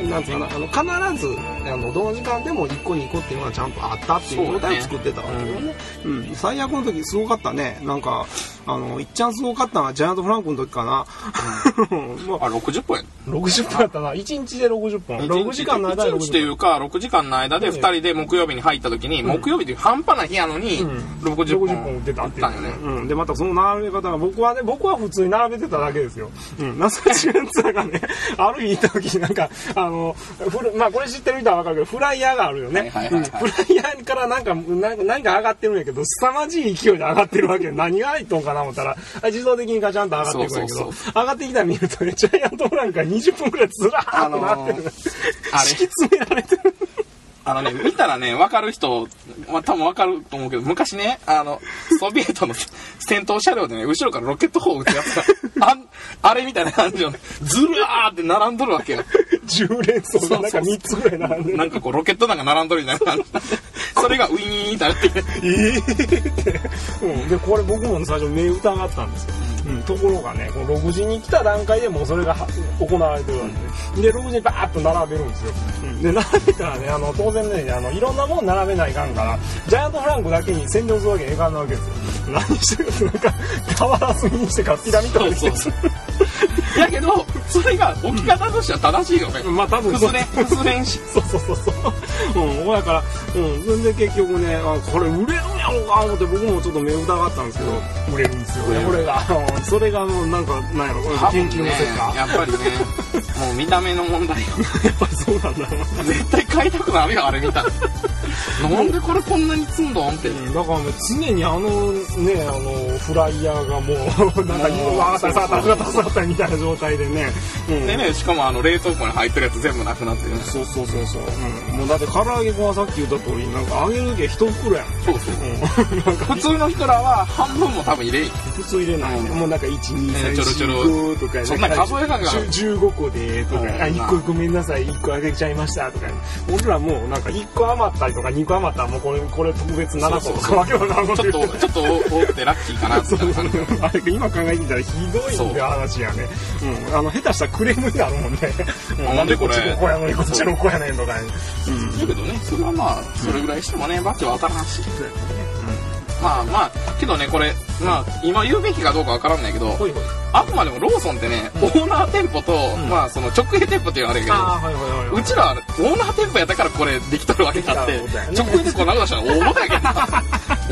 Speaker 1: なんつうかな、あの、必ず、あの、どの時間でも1個2個っていうのはちゃんとあったっていう状態を作ってたわけよね。うん、最悪の時すごかったね。なんか、あの、いっちゃんすごかったのはジャイアントフランクの時かな。 も
Speaker 2: あ60分や
Speaker 1: う60分だったな。1日で60分。6時間の間で
Speaker 2: 1日というか6時間の間で2人で木曜日に入った時に、木曜日っていう半端な日やのに、
Speaker 1: うん
Speaker 2: 60
Speaker 1: 60
Speaker 2: 本
Speaker 1: 本
Speaker 2: 売
Speaker 1: 売
Speaker 2: っ
Speaker 1: ってたっていう
Speaker 2: たんよね
Speaker 1: うん、でまたその並べ方が僕はね僕は普通に並べてただけですよ、うん、ナスカチュンツァがね ある日行った時になんかあのフルまあこれ知ってる人は分かるけどフライヤーがあるよね、
Speaker 2: はいはいはいはい
Speaker 1: うんフライヤーからなんかなんか何か上がってるんやけど凄まじい勢いで上がってるわけよ何が入っとんかな思ったらあ自動的にガチャンと上がってくるんやけど
Speaker 2: そう
Speaker 1: 上がってきたら見るとねジャイアントフランクが20分くらいずらーっとなってる、
Speaker 2: あのあれ
Speaker 1: 敷き詰められてる
Speaker 2: あのね、見たらね、わかる人、まあ、多分わかると思うけど、昔ね、あの、ソビエトの 戦闘車両でね、後ろからロケット砲撃つやつが、 あんあれみたいな感じの、ずらーって並んどるわけよ。
Speaker 1: 10連装がなんか3つぐらい並んでる
Speaker 2: なんかこう、ロケットなんか並んどるみたいな感じ。それがウィーンってなって、
Speaker 1: ええって、 うん、でこれ僕も最初目疑ったんですよ、うん、ところがねこの6時に来た段階でもうそれがは行われてるわけでで6時にバーッと並べるんですよ、で並べたらねあの当然ねあのいろんなもん並べないかんからジャイアントフランクだけに占領するわけにはいかんなわけですよ何してるってなんか俵積みにしてからピラミッドまで来て
Speaker 2: そうやけど、それが置き方としては正しいよね。
Speaker 1: まあ多分そう
Speaker 2: 崩れ、崩れんし。
Speaker 1: そうそうそうそう。うん、ほやから、うん、そんで結局ね、あこれ売れるんやろうか思って僕もちょっと目疑ったんですけど、売れるんですよ
Speaker 2: 売れ
Speaker 1: ね、
Speaker 2: る
Speaker 1: これが。うんそれがもうなんか、なんやろ、研究の
Speaker 2: ね
Speaker 1: 成果。、
Speaker 2: やっぱりね、もう見た目の問題よ。
Speaker 1: やっぱりそうなんだな。
Speaker 2: 絶対買いたくなるよ、あれ見たら。なんでこれこんなに積んどんって。
Speaker 1: うんだからね、常にあのね、あの、フライヤーがもう、なんか、
Speaker 2: もう
Speaker 1: わーったりさーったりさーったりさーったりみたいな状態でね。うん
Speaker 2: でね、しかもあの冷凍庫に入ってるやつ全部なくなってる。
Speaker 1: そうそうそうそう。うんもうだって唐揚げ粉はさっき言った通り、なんか揚げる時は一袋やん。
Speaker 2: そうそう。
Speaker 1: うんなんか
Speaker 2: 普通の人らは半分も多分入れん、
Speaker 1: 普通入れない、
Speaker 2: うん
Speaker 1: もうなんか1235、
Speaker 2: ねちょろちょろ
Speaker 1: 5とかね
Speaker 2: そんな数えながら
Speaker 1: 10 15個でとか、
Speaker 2: うん
Speaker 1: あ1個ごめんなさい1個あげちゃいましたとか俺らもうなんか1個余ったりとか2個余ったらもうこれこれ特別7個
Speaker 2: そう
Speaker 1: と
Speaker 2: そうそ
Speaker 1: か
Speaker 2: う
Speaker 1: わけわからんこと
Speaker 2: ちょ
Speaker 1: 言
Speaker 2: っと
Speaker 1: ってた、
Speaker 2: ちょっと多くてラッキーかな、みた
Speaker 1: そ
Speaker 2: いな
Speaker 1: う
Speaker 2: 感じ。
Speaker 1: あれ今考えてみたらひどいんだよ話やね、うん、あの下手したらクレームになるもんね
Speaker 2: あなんでこ
Speaker 1: こ
Speaker 2: れ
Speaker 1: っち5個やのにこっち6個やねんとかね、うん
Speaker 2: だけどね、それはまあ、それぐらいしてもね、バッチは当たらんし。まあまあ、けどね、これ、まあ、今言うべきかどうかわからんないけど、
Speaker 1: ほいほい
Speaker 2: あくまでもローソンってね、オーナー店舗と、まあ、その直営店舗っていうのはあれやけど、
Speaker 1: ああはいはいはいは
Speaker 2: うちらはオーナー店舗やったからこれできとるわけだって
Speaker 1: できたんだよね
Speaker 2: 直営店舗なくなったら大物やけどな俺同じ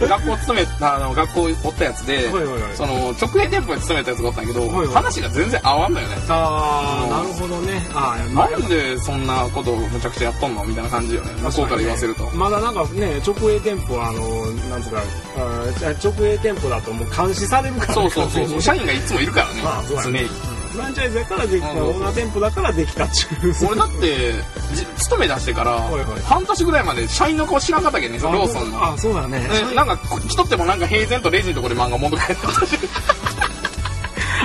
Speaker 2: 学校勤めあの学校おったやつで
Speaker 1: はいはいはい
Speaker 2: その直営店舗に勤めたやつがおったんやけど
Speaker 1: はいはい
Speaker 2: 話が全然合わんのよね
Speaker 1: ああなるほどねああまあ
Speaker 2: なんでそんなことをむちゃくちゃやっとんのみたいな感じよね向こうから言わせると
Speaker 1: まだなんかね直営店舗はあのなんつうかあー直営店舗だともう監視されるから、ね、
Speaker 2: そうそうそうそう社員がいつもいるからね
Speaker 1: まあそうだ
Speaker 2: 常
Speaker 1: ね
Speaker 2: に
Speaker 1: フランチャイズだからできた
Speaker 2: うん
Speaker 1: オーナー店舗だからできたっちゅう
Speaker 2: 俺だってじ勤め出してから
Speaker 1: いはい
Speaker 2: 半年ぐらいまで社員の顔知らんかったけんねローソンの
Speaker 1: あそうだね
Speaker 2: ねなんか来とってもなんか平然とレジのとこで漫画持って帰ってたし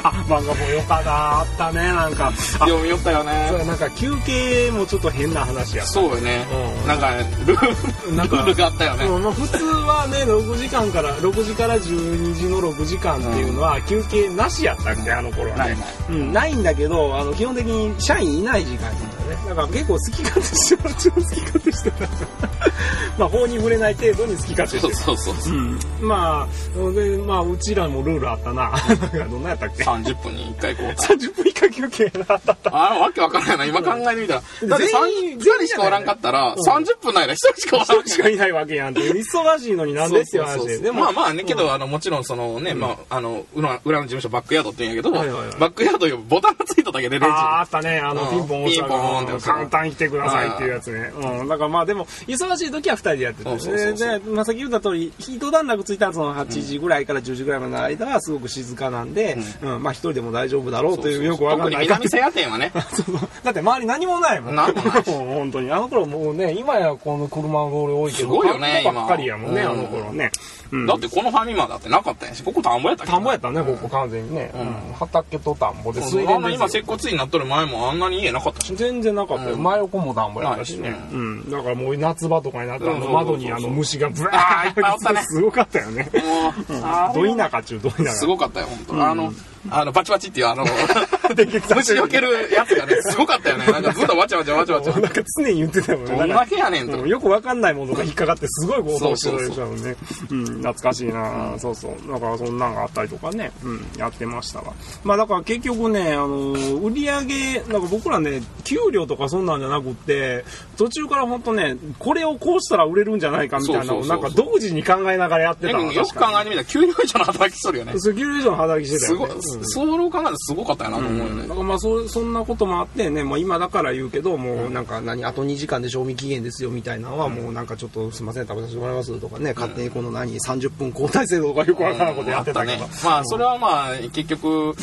Speaker 1: あ漫画もよかなあったねなんかあ
Speaker 2: 読みよったよね
Speaker 1: そうなんか休憩もちょっと変な話やった
Speaker 2: そうよね、
Speaker 1: うん
Speaker 2: なんかルール
Speaker 1: なんか
Speaker 2: ルールがあったよね、
Speaker 1: うんまあ普通はね6時間から6時から12時の6時間っていうのは休憩なしやったっけあの頃は
Speaker 2: な
Speaker 1: ね
Speaker 2: いない
Speaker 1: うん、ないんだけどあの基本的に社員いない時間だったよねだから結構好き勝手してもらって好き勝手してもらって まあ法に触れない程度に好き勝手して
Speaker 2: そ
Speaker 1: る
Speaker 2: うそうそうそう
Speaker 1: うん、まあで、まあ、うちらもルールあったななんかどんなんやったっ け
Speaker 2: 30分に1回交代
Speaker 1: 30分以下休 憩なあったあった
Speaker 2: あわけわからないな今考えてみたらだって
Speaker 1: 全員
Speaker 2: 2人しかおらんかったら30分の間1人しかおらんかっ
Speaker 1: しかいないわけやんって 忙しいのになんでっていう話でで
Speaker 2: で
Speaker 1: も
Speaker 2: まあまあねけど、あのもちろんそのね、まああの裏裏の事務所バックヤードって言うんやけど、
Speaker 1: はいはいはい
Speaker 2: バックヤードよボタンがついただけでレジ
Speaker 1: あーあったねあの
Speaker 2: うん
Speaker 1: ピンポン押した
Speaker 2: ピンポンって
Speaker 1: ら
Speaker 2: 押したら
Speaker 1: 簡単に来てくださいっていうやつねうんだからまあでも忙しい時は2人でやってたよね
Speaker 2: そうそうそうそう
Speaker 1: でまあさっき言った通り一段落ついたその8時ぐらいから10時ぐらいまでの間はすごく静かなんで、うんまあ一人でも大丈夫だろうというよくわかんない感
Speaker 2: 特に南
Speaker 1: じ
Speaker 2: 瀬屋店はね
Speaker 1: そうそう だって周り何もないもん
Speaker 2: 何もないし
Speaker 1: もう 本当にあの頃もうね今やこの車のロール多いけど
Speaker 2: すごいよね
Speaker 1: 田んぼばっかりやもんね
Speaker 2: 今
Speaker 1: あの頃ねうん
Speaker 2: だってこのファミマだってなかったんやしここ田んぼやったっけ
Speaker 1: 田んぼやったねここ完全にね
Speaker 2: ん
Speaker 1: うん畑と田んぼで
Speaker 2: そ
Speaker 1: 水
Speaker 2: うあ
Speaker 1: 田
Speaker 2: んな
Speaker 1: で
Speaker 2: 今
Speaker 1: す
Speaker 2: 接
Speaker 1: よ
Speaker 2: 骨院になっとる前もあんなに家なかったし
Speaker 1: 全然なかったよ、
Speaker 2: うん
Speaker 1: 真横も田んぼやったしね
Speaker 2: ないし、
Speaker 1: うん、だからもう夏場とかになったらあの
Speaker 2: うんそうそう
Speaker 1: 窓にあの虫がブワ
Speaker 2: あーいっぱいおった
Speaker 1: ー
Speaker 2: ね
Speaker 1: ってすごかったよね
Speaker 2: もう、あー
Speaker 1: ど田舎中ど田舎
Speaker 2: すごかったよ本当、あのあのバチバチっていうあの
Speaker 1: 電撃
Speaker 2: 虫よけるやつがね すごかったよねなんかずっとわちゃわちゃわちゃ わちゃ
Speaker 1: なんか常に言ってたよね
Speaker 2: どん
Speaker 1: なん
Speaker 2: だ
Speaker 1: か
Speaker 2: けやねんと
Speaker 1: うんよくわかんないものが引っかかってすごい強盗してたでしょうね。うん、懐かしいな、そうそう。だからそんなんがあったりとかね、うん、やってましたわ。まあだから結局ね、あの、売り上げ、なんか僕らね、給料とかそんなんじゃなくって、途中から本当ね、これをこうしたら売れるんじゃないかみたいなの
Speaker 2: そう
Speaker 1: を、
Speaker 2: そうそ
Speaker 1: な
Speaker 2: うんそう
Speaker 1: か独自に考えながらやって
Speaker 2: ね
Speaker 1: たわ
Speaker 2: よく考えてみたら給料以上の働きしとるよね
Speaker 1: そう、給料以上の働きしてた
Speaker 2: す
Speaker 1: よ
Speaker 2: ごい
Speaker 1: ね。うん
Speaker 2: そう考えたらすごかったよなと思うよね、
Speaker 1: だからまあそそんなこともあってね、まあ、今だから言うけどもうなんか何あと2時間で賞味期限ですよみたいなのはもうなんかちょっとすいません食べさせてもらいますとかね勝手にこの何30分交代制度とかよくわからんことやってたけど、
Speaker 2: あったねまあそれはまあ結局、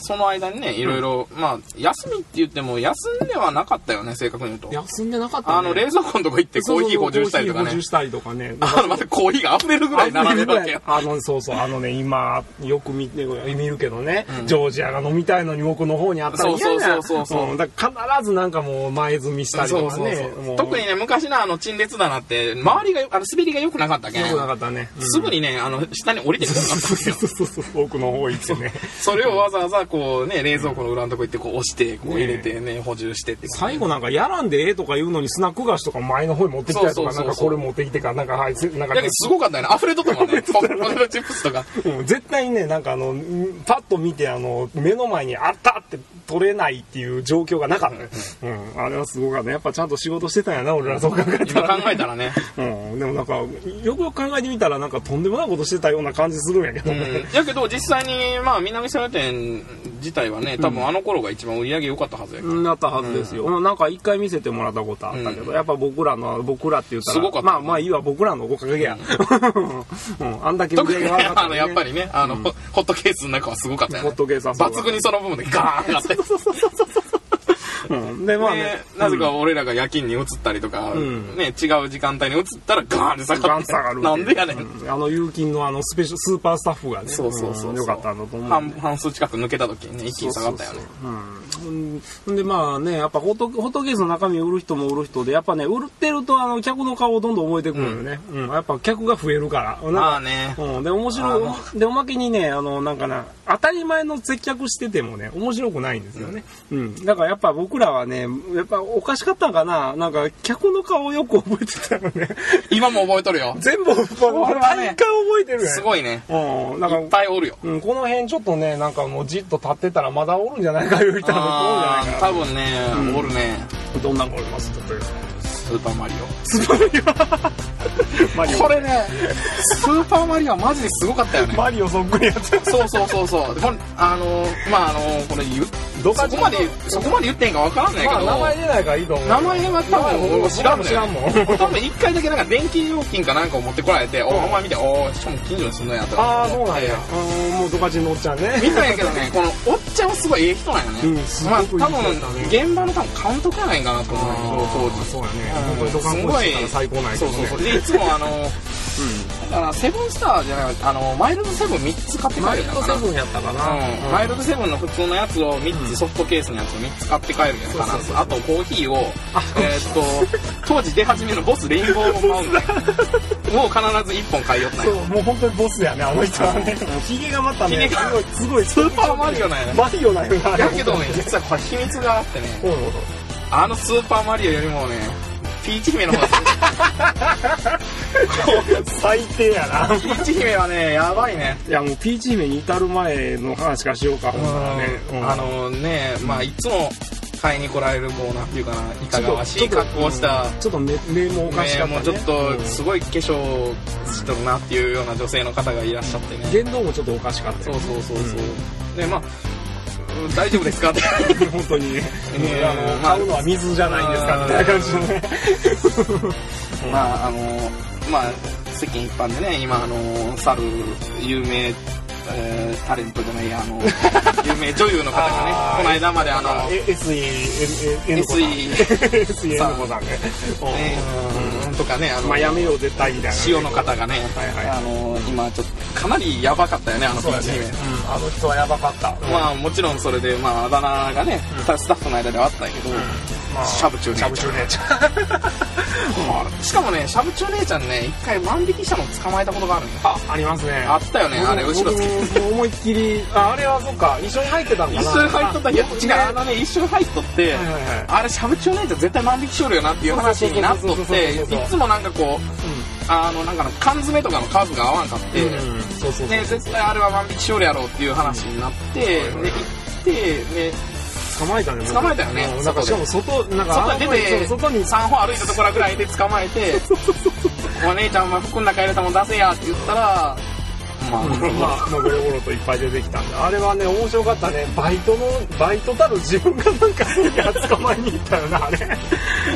Speaker 2: その間にねいろいろ、まあ休みって言っても休んではなかったよね正確に言うと
Speaker 1: 休んでなかった、ね、
Speaker 2: あの冷蔵庫のとこ行ってコーヒー補充したりとか
Speaker 1: コーヒー補
Speaker 2: ね
Speaker 1: 充したりとかね
Speaker 2: あの またコーヒーが溢れるぐらい並んでるわけよ
Speaker 1: あのそうそうあのね今よく見て見るけどね、ジョージアが飲みたいのに奥の方にあったら嫌や
Speaker 2: そうそうそうそうそうん
Speaker 1: だから必ずなんかもう前積みしたり
Speaker 2: そ
Speaker 1: と
Speaker 2: う
Speaker 1: か
Speaker 2: そう
Speaker 1: ね
Speaker 2: そ
Speaker 1: も
Speaker 2: う
Speaker 1: う
Speaker 2: 特にね昔のあの陳列棚って周りがあの滑りが良くなかったけん
Speaker 1: 良くなかったね、うん
Speaker 2: すぐにねあの下に降りてくるようになったんですよ
Speaker 1: そうそうそうそう奥の方行ってね
Speaker 2: それをわざわざこうね冷蔵庫の裏のとこ行ってこう押してこう入れてね補充してって
Speaker 1: 最後なんかやらんでええとか言うのにスナック菓子とか前の方に持ってきたりとか
Speaker 2: そうそうそうそう
Speaker 1: なんかこれ持ってきてからなんかはいつなんか
Speaker 2: だけどすごかったよね溢れとっ たもんねポテトチップスとか
Speaker 1: うん絶対にねなんかあのんパッと見てあの目の前にあったって取れないっていう状況がなかったよ、うん、あれはすごかったやっぱちゃんと仕事してたんやな俺らそう考えた
Speaker 2: 今
Speaker 1: ら、
Speaker 2: 考えたらね
Speaker 1: うん、でもなんかよくよく考えてみたらなんかとんでもないことして たような感じするんやけどね、
Speaker 2: やけど実際にまあ南千葉店自体はね多分あの頃が一番売り上げ良かったはずやけど、
Speaker 1: なったはずですよ、うんなんか一回見せてもらったことあったけど、やっぱ僕らの僕らって言ったら
Speaker 2: すごかった
Speaker 1: まあまあいいわ僕らのおかげや、 うんあんだけ
Speaker 2: 特
Speaker 1: 腕
Speaker 2: に、
Speaker 1: が上がった
Speaker 2: あのやっぱりねあの、ホットケースの中はすごかったよ、
Speaker 1: ホ
Speaker 2: ね、
Speaker 1: ットケースはそうだ
Speaker 2: 抜群にその部分でガーンってなって
Speaker 1: うんでまあね
Speaker 2: ねなぜか俺らが夜勤に移ったりとか、ね、違う時間帯に移ったらガーンって下
Speaker 1: ガ
Speaker 2: がっ
Speaker 1: ン
Speaker 2: て
Speaker 1: 下がるっていう
Speaker 2: なんでやねん、
Speaker 1: うんあの有金のあのスペシャスーパースタッフがね
Speaker 2: そうそうそうそうん
Speaker 1: よかったんだと思う
Speaker 2: 半半数近く抜けた時にね一気に下がったよね
Speaker 1: そうそうそううんほんでまあねやっぱホットホットケースの中身を売る人も売る人でやっぱね売ってるとあの客の顔をどんどん覚えてくるよね、うんやっぱ客が増えるからなんか
Speaker 2: まあね
Speaker 1: うん、で面
Speaker 2: あ
Speaker 1: 白
Speaker 2: の
Speaker 1: いでおまけにねあのなんかな当たり前の接客しててもね面白くないんですよね、うんだからやっぱ僕らはねやっぱおかしかったんかななんか客の顔をよく覚えてたよね
Speaker 2: 今も覚えとるよ
Speaker 1: 全部
Speaker 2: れはね
Speaker 1: 毎回覚えてるよね
Speaker 2: すごいね
Speaker 1: うん、なん
Speaker 2: い
Speaker 1: か
Speaker 2: っぱいおるよ
Speaker 1: うん、この辺ちょっとねなんかもうじっと立ってたらまだおるんじゃないかいう人はお
Speaker 2: あ
Speaker 1: るんじゃな
Speaker 2: ー
Speaker 1: いか
Speaker 2: 多分ね、おるね
Speaker 1: な どんなのおりますちょっと
Speaker 2: スーパーマリオ
Speaker 1: スパイはマリオ
Speaker 2: これね、スーパーマリオはマジですごかった よね。
Speaker 1: マリオそっくりやつ
Speaker 2: そうそうそうそう。こんあのー、まああのー、これ言う、
Speaker 1: ど
Speaker 2: そ
Speaker 1: かち
Speaker 2: こ
Speaker 1: ん
Speaker 2: まで、そこまで言ってんかわからんねん
Speaker 1: ま
Speaker 2: けど、
Speaker 1: あ名前出ないからいいと思う
Speaker 2: 名前は多分俺も知らんのよ
Speaker 1: 知らんもん
Speaker 2: 多分一回だけなんか電気料金かなんかを持ってこられて、おお前見て、おーしかも近所にそんなんやと
Speaker 1: ああそうなんや。うんもうドカチンのおっちゃん
Speaker 2: 見
Speaker 1: ね
Speaker 2: たんやけどね、このおっちゃんはすごいええ人なんよね。
Speaker 1: うんすごく
Speaker 2: ま
Speaker 1: い
Speaker 2: あ
Speaker 1: い人
Speaker 2: 多分
Speaker 1: だね、
Speaker 2: 現場の多分監督やないかなと思うんやけど、当時。
Speaker 1: そうやね
Speaker 2: うん
Speaker 1: 本当にドカンコしてたら最高なんやけ
Speaker 2: そ
Speaker 1: ど
Speaker 2: う
Speaker 1: ね
Speaker 2: そうそうでいつもあの、からセブンスターじゃなくてあのマイルドセブン3つ買って帰
Speaker 1: マイ
Speaker 2: るん
Speaker 1: ル
Speaker 2: だ
Speaker 1: ド
Speaker 2: か
Speaker 1: セ
Speaker 2: な
Speaker 1: ブンやったかな、
Speaker 2: うんマイルドセブンの普通のやつを3つ、
Speaker 1: うん
Speaker 2: ソフトケースのやつを3つ買って帰るんじゃないかな
Speaker 1: そうそうそう
Speaker 2: あとコーヒーをえーっと当時出始めのボスレインボーマウンテンを必ず1本買いよったん
Speaker 1: そ
Speaker 2: や
Speaker 1: うもう本当にボスやねあの人はね
Speaker 3: ヒゲがまた
Speaker 2: ヒゲ
Speaker 3: ね
Speaker 2: が
Speaker 1: すごい
Speaker 2: スーパーマリオなんやね
Speaker 1: マリオなよな
Speaker 2: だけどね実はこれ秘密があってね
Speaker 1: ほうほう
Speaker 2: あのスーパーマリオよりもねピーチ姫の方が
Speaker 3: 最低やな
Speaker 2: ピーチ姫はねやばいね
Speaker 3: いやもうピーチ姫に至る前の話からしようかほんならね
Speaker 2: あのねまあいつも買いに来られるもうなんていうかないかがわしい格好をした
Speaker 3: ちょっと目目もおかしか
Speaker 2: ね
Speaker 3: った、ね
Speaker 2: もうちょっとすごい化粧してるなっていうような女性の方がいらっしゃってね
Speaker 1: 言動もちょっとおかしかった
Speaker 2: そ
Speaker 1: よ
Speaker 2: うそうそうそうでまあうん大丈夫ですかって
Speaker 3: 本当にね、
Speaker 2: えー
Speaker 3: あの
Speaker 2: まあ
Speaker 3: 買うのは水じゃないんですかみたいな感じのね
Speaker 2: まああのまあ世間一般でね今あの猿有名えータレントじゃないあ の有名女優の方がね
Speaker 3: あー
Speaker 2: この間まであの
Speaker 3: SEN 子さ
Speaker 2: SE
Speaker 3: ん SEN 子さんね
Speaker 2: ねうんとかねあ
Speaker 3: まあや
Speaker 2: の
Speaker 3: めよう絶対みたいな
Speaker 2: 塩の方がね
Speaker 3: はいはい
Speaker 2: あの今ちょっとかなりやばかったよねあのピ
Speaker 1: そう
Speaker 2: ー
Speaker 1: だ
Speaker 2: チ
Speaker 1: ね
Speaker 2: 姫
Speaker 1: うんあの人はやばかった
Speaker 2: まあもちろんそれで、まあ、あだ名がね、スタッフの間ではあったんやけど、
Speaker 1: まあ
Speaker 2: シャブチュー
Speaker 1: しゃ
Speaker 2: 姉
Speaker 1: ぶ
Speaker 2: ち
Speaker 1: ちゅう姉ちゃん
Speaker 2: ゃん、しかもねシャブチュー姉ちゃんね一回万引きしたの捕まえたことがあるんよあ
Speaker 1: ありますね
Speaker 2: あったよねあれ後ろつけて
Speaker 1: 僕も思いっきりああれはそっか一緒に入ってたんだな
Speaker 2: 一瞬入っとったけど違うあのね一瞬入っとって、
Speaker 1: はいはいはい
Speaker 2: あれシャブチュー姉ちゃん絶対万引きしよるよなっていう話になっ
Speaker 1: そ
Speaker 2: と
Speaker 1: う
Speaker 2: っ
Speaker 1: そう
Speaker 2: て
Speaker 1: そうそうそうそう
Speaker 2: いつもなんかこうあのなんかの缶詰とかの数が合わんかって、
Speaker 1: うんそうそうそう
Speaker 2: で絶対あれは万引きしよるやろうっていう話になって、
Speaker 1: うん
Speaker 2: で行ってで
Speaker 1: 捕まえたね
Speaker 2: 捕まえたよね
Speaker 1: うんなんかしかも外なんか
Speaker 2: 外に出て
Speaker 1: あのそう外に
Speaker 2: 3歩歩いたところぐらいで捕まえて「お姉ちゃんお前服の中入れたもん出せや」って言ったらまあ、ま
Speaker 1: まあ、まあ、ゴロゴロといっぱい出てきたんで、あれはね、面白かったね。バイトの、バイトたる自分がなんか、すげえ捕まえに行ったよな、あれ。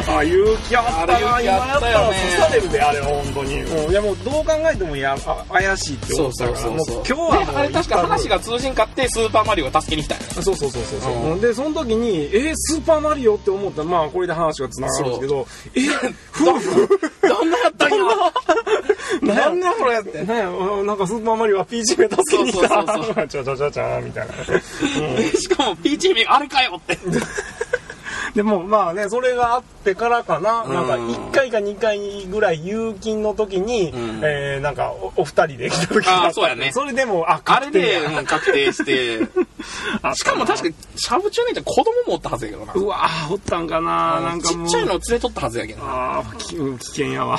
Speaker 1: あ、勇気あったな、今
Speaker 2: あれ勇気
Speaker 1: や
Speaker 2: あ
Speaker 1: っ
Speaker 2: った
Speaker 1: た
Speaker 2: よ
Speaker 1: ら
Speaker 2: ね
Speaker 1: 刺されるで、あれは、本当に。うんいや、もう、どう考えてもや、あ怪しいって思ったから、もう今日は
Speaker 2: で
Speaker 1: もう、
Speaker 2: あれ確か話が通じんかってスーパーマリオが助けに来たんやね
Speaker 1: そうそうそうそうそう、
Speaker 2: う
Speaker 1: でその時に「えースーパーマリオ」って思ったらまあこれで話がつながるんですけど「えー夫婦
Speaker 2: どんなやったんや
Speaker 1: なん
Speaker 2: だこれって
Speaker 1: ねうんなんかスーパーマリオはピーチ姫助けに来た」
Speaker 2: そうそうそう
Speaker 1: ちゃちゃちゃちゃ」みたいな。
Speaker 2: しかも PG 名あれかよって
Speaker 1: でもまあねそれがあってからかな、
Speaker 2: うん
Speaker 1: なんか1回か2回ぐらい有金の時に、
Speaker 2: ん
Speaker 1: えー、なんかおお二人で来た時がった
Speaker 2: あーそうやね
Speaker 1: それでもあ
Speaker 2: あ
Speaker 1: 確
Speaker 2: れで
Speaker 1: 定や
Speaker 2: もう確定して
Speaker 3: あ
Speaker 2: しかも確かシャブ中年ちゃん子供もおったはずやけどな
Speaker 3: うわーおったんかななんか
Speaker 2: ち
Speaker 3: も
Speaker 2: っ
Speaker 3: う
Speaker 2: ちゃいのを連れとったはずやけどな
Speaker 3: ああ危険やわ、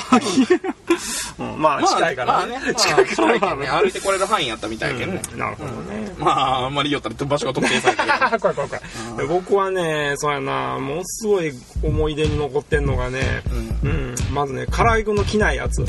Speaker 3: うん、まあ
Speaker 2: まあ
Speaker 3: 近いからね,、
Speaker 2: まあね
Speaker 3: 近いから
Speaker 2: まあ近いけんね歩いてこれる範囲やったみたいやけどね、
Speaker 1: なるほどね、
Speaker 2: まああんまり言おったら場所が特定されてる
Speaker 1: あー 怖い怖い怖いで僕はねそうやなものすごい思い出に残ってんのがね、うんまずね唐揚げくんの着ないやつ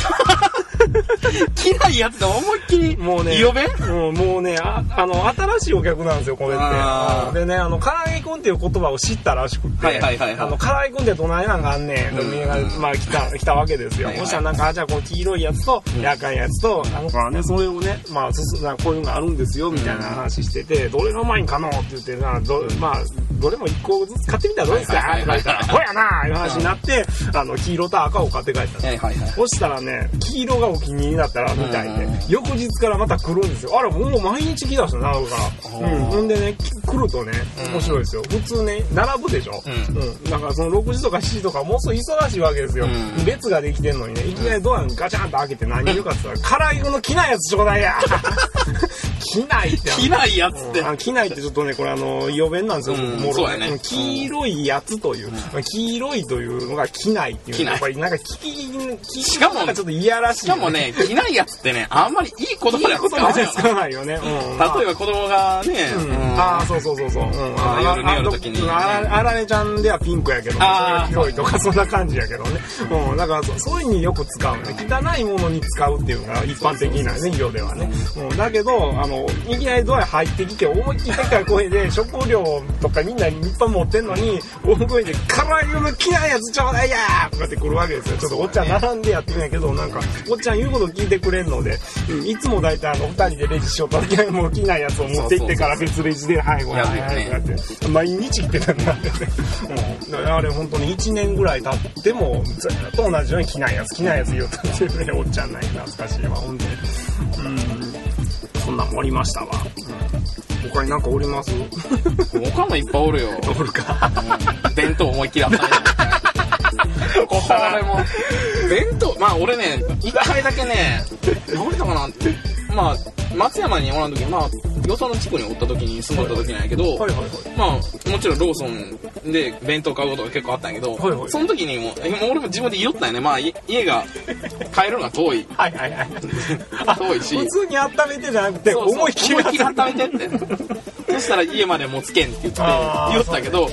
Speaker 2: 嫌いやつで思いっきり
Speaker 1: もうね、
Speaker 2: 呼べ
Speaker 1: うん、もうねあ、あの、新しいお客なんですよ、これ
Speaker 2: あ
Speaker 1: っ
Speaker 2: ー
Speaker 1: て。でね、あの、唐揚げくんっていう言葉を知ったらしくて、
Speaker 2: はいはいはいはい
Speaker 1: あの、唐揚げくんってどないなんかあんねん、とメールが、まあ、来た、来たわけですよ。
Speaker 2: はいはい
Speaker 1: そしたらなんか、あ、じゃあこの黄色いやつと、やかんやつと、あの子はね、それをね、まあ、すすなんかこういうのがあるんですよ、みたいな話してて、どれがうまいんかのって言ってな、どまあ、どれも1個ずつ買ってみたらどうですか
Speaker 2: はい
Speaker 1: とか
Speaker 2: はいは
Speaker 1: 言
Speaker 2: い
Speaker 1: ったら、ほやなーいう話になって、あの、黄色と赤を買って帰ったんです
Speaker 2: はいはいはい。
Speaker 1: そしたらね、黄色がお気に入りだったら、みたいで
Speaker 2: うん、
Speaker 1: 翌日からまた来るんですよ。あれ、もう毎日来だしたな、るから。うん。ほんでね、き来るとね、面白いですよ。普通ね、並ぶでしょ。
Speaker 2: う
Speaker 1: うん。だから、その6時とか7時とか、もうすぐ忙しいわけですよ
Speaker 2: う。ん
Speaker 1: 列ができてんのにね、いきなりドアガチャンと開けて何言うかって言 ったら、唐揚げの着ないやつちょうだいや 着ないって。
Speaker 2: 嫌いやつって。
Speaker 1: あ着ないってちょっとねこれあの予弁なんですよ、
Speaker 2: うん
Speaker 1: も
Speaker 2: そうやね
Speaker 1: 黄色いやつという、黄色いというのが着ないっていう
Speaker 2: 着ない
Speaker 1: やっぱりなんか聞き聞き
Speaker 2: しかも
Speaker 1: なんかちょっといやらしい、
Speaker 2: しかもね、嫌いやつってね、あんまりいい言葉
Speaker 1: い
Speaker 2: で
Speaker 1: い
Speaker 2: は使
Speaker 1: こ
Speaker 2: う
Speaker 1: と
Speaker 2: よ
Speaker 1: が
Speaker 2: な。例
Speaker 1: じ
Speaker 2: え
Speaker 1: ゃ使わないよね、うん
Speaker 2: ば子供がね、
Speaker 1: うん
Speaker 2: うん
Speaker 1: ああそうそうそうそう、うん、あ
Speaker 2: 夜寝よる
Speaker 1: あ
Speaker 2: 時に
Speaker 1: あああられちゃんではピンクやけど
Speaker 2: あー
Speaker 1: 広いとかそんな感じやけどね、うん、だからそ そういうのによく使うね汚いものに使うっていうのが一般的なね色ではね、うん、だけどあのいきなりドア入ってきて思いっきりでっかい声で食料とかみんなにいっぱい持ってんのに大声で「辛いの嫌いやつちょうだいや!」とかって来るわけですよちょっとおっちゃん並んでやってるんやけどなんかおっちゃん言うこと聞いてくれんので、うん、いつも大体あの2人でレジしようとだけもう嫌いやつを持って行ってから別レジ日で、はい、ご飯
Speaker 2: やるよ
Speaker 1: 早
Speaker 2: ね
Speaker 1: くやって。毎日行ってたんだってね。うんだからあれ本当に1年ぐらい経っても、ずっと同じように着ないやつ、着ないやつ言うたってるね、おっちゃんない懐かしいわ、ほんで。うん。そんなんもありましたわ。うん、他になんかおります
Speaker 2: 他もいっぱいおるよ。
Speaker 1: おるか。
Speaker 2: 弁当思いっきり あったね。これも。弁当、まあ俺ね、一回だけね、何だかな、まあ、松山におらん時まあ、よその地区におった時に住んどった時なんやけど、
Speaker 1: はいはいはい。
Speaker 2: まあ、もちろんローソンで弁当買うことが結構あったんやけど、
Speaker 1: はいはい
Speaker 2: その時にもう、えもう俺も自分で言おったんやね。まあ、い家が、帰るのが遠い。
Speaker 1: はいはい はい。
Speaker 2: 遠いし
Speaker 1: 普通に温めてじゃなくて、
Speaker 2: そうそう
Speaker 1: 思いっきり
Speaker 2: 思いっきり温めてって。そしたら家まで持つけんって言って、
Speaker 1: あー
Speaker 2: 言ったけど、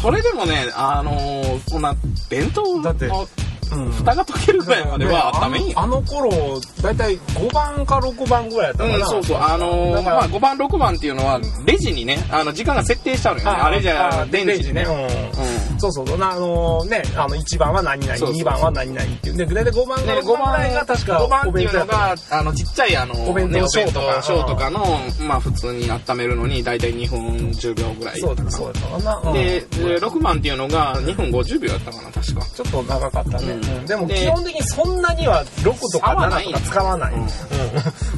Speaker 2: それでもね、あのーそんな、弁当
Speaker 1: だって
Speaker 2: の
Speaker 1: うん
Speaker 2: 蓋が溶けるぐらいまでは温めんよ。
Speaker 1: あのあの頃、だいたい5番か6番ぐらいやった
Speaker 2: う
Speaker 1: か
Speaker 2: ん、
Speaker 1: な。
Speaker 2: そうそう。あの
Speaker 1: だ
Speaker 2: ー
Speaker 1: から
Speaker 2: まあ、5番、6番っていうのは、レジにね、あの、時間が設定してあるよね。あれじゃ、
Speaker 1: あ
Speaker 2: 電池でね。うん。
Speaker 1: うんそうそうそうなあのねあの1番は何々
Speaker 2: そうそう
Speaker 1: 2番は何々っていうで大体5番
Speaker 2: ね、
Speaker 1: が
Speaker 2: 5
Speaker 1: 5
Speaker 2: 番
Speaker 1: 番ぐらいが確か
Speaker 2: 5番
Speaker 1: お
Speaker 2: って
Speaker 1: 弁
Speaker 2: いう
Speaker 1: 当や
Speaker 2: の
Speaker 1: った
Speaker 2: が、あの、ちっちゃい、あの、
Speaker 1: お弁当
Speaker 2: ねお
Speaker 1: ショー
Speaker 2: 弁
Speaker 1: とか
Speaker 2: 当ショーとかの、まあ、普通に温めるのに、だいたい2分10秒ぐらい。
Speaker 1: そうだそうだったかな、うん
Speaker 2: で、6番っていうのが2分50秒だったかな、確か。
Speaker 1: ちょっと長かったね、
Speaker 2: うん
Speaker 1: うんでも
Speaker 2: で
Speaker 1: 基本的にそんなには6とか
Speaker 2: 使わない
Speaker 1: 7とか使わない、
Speaker 2: うん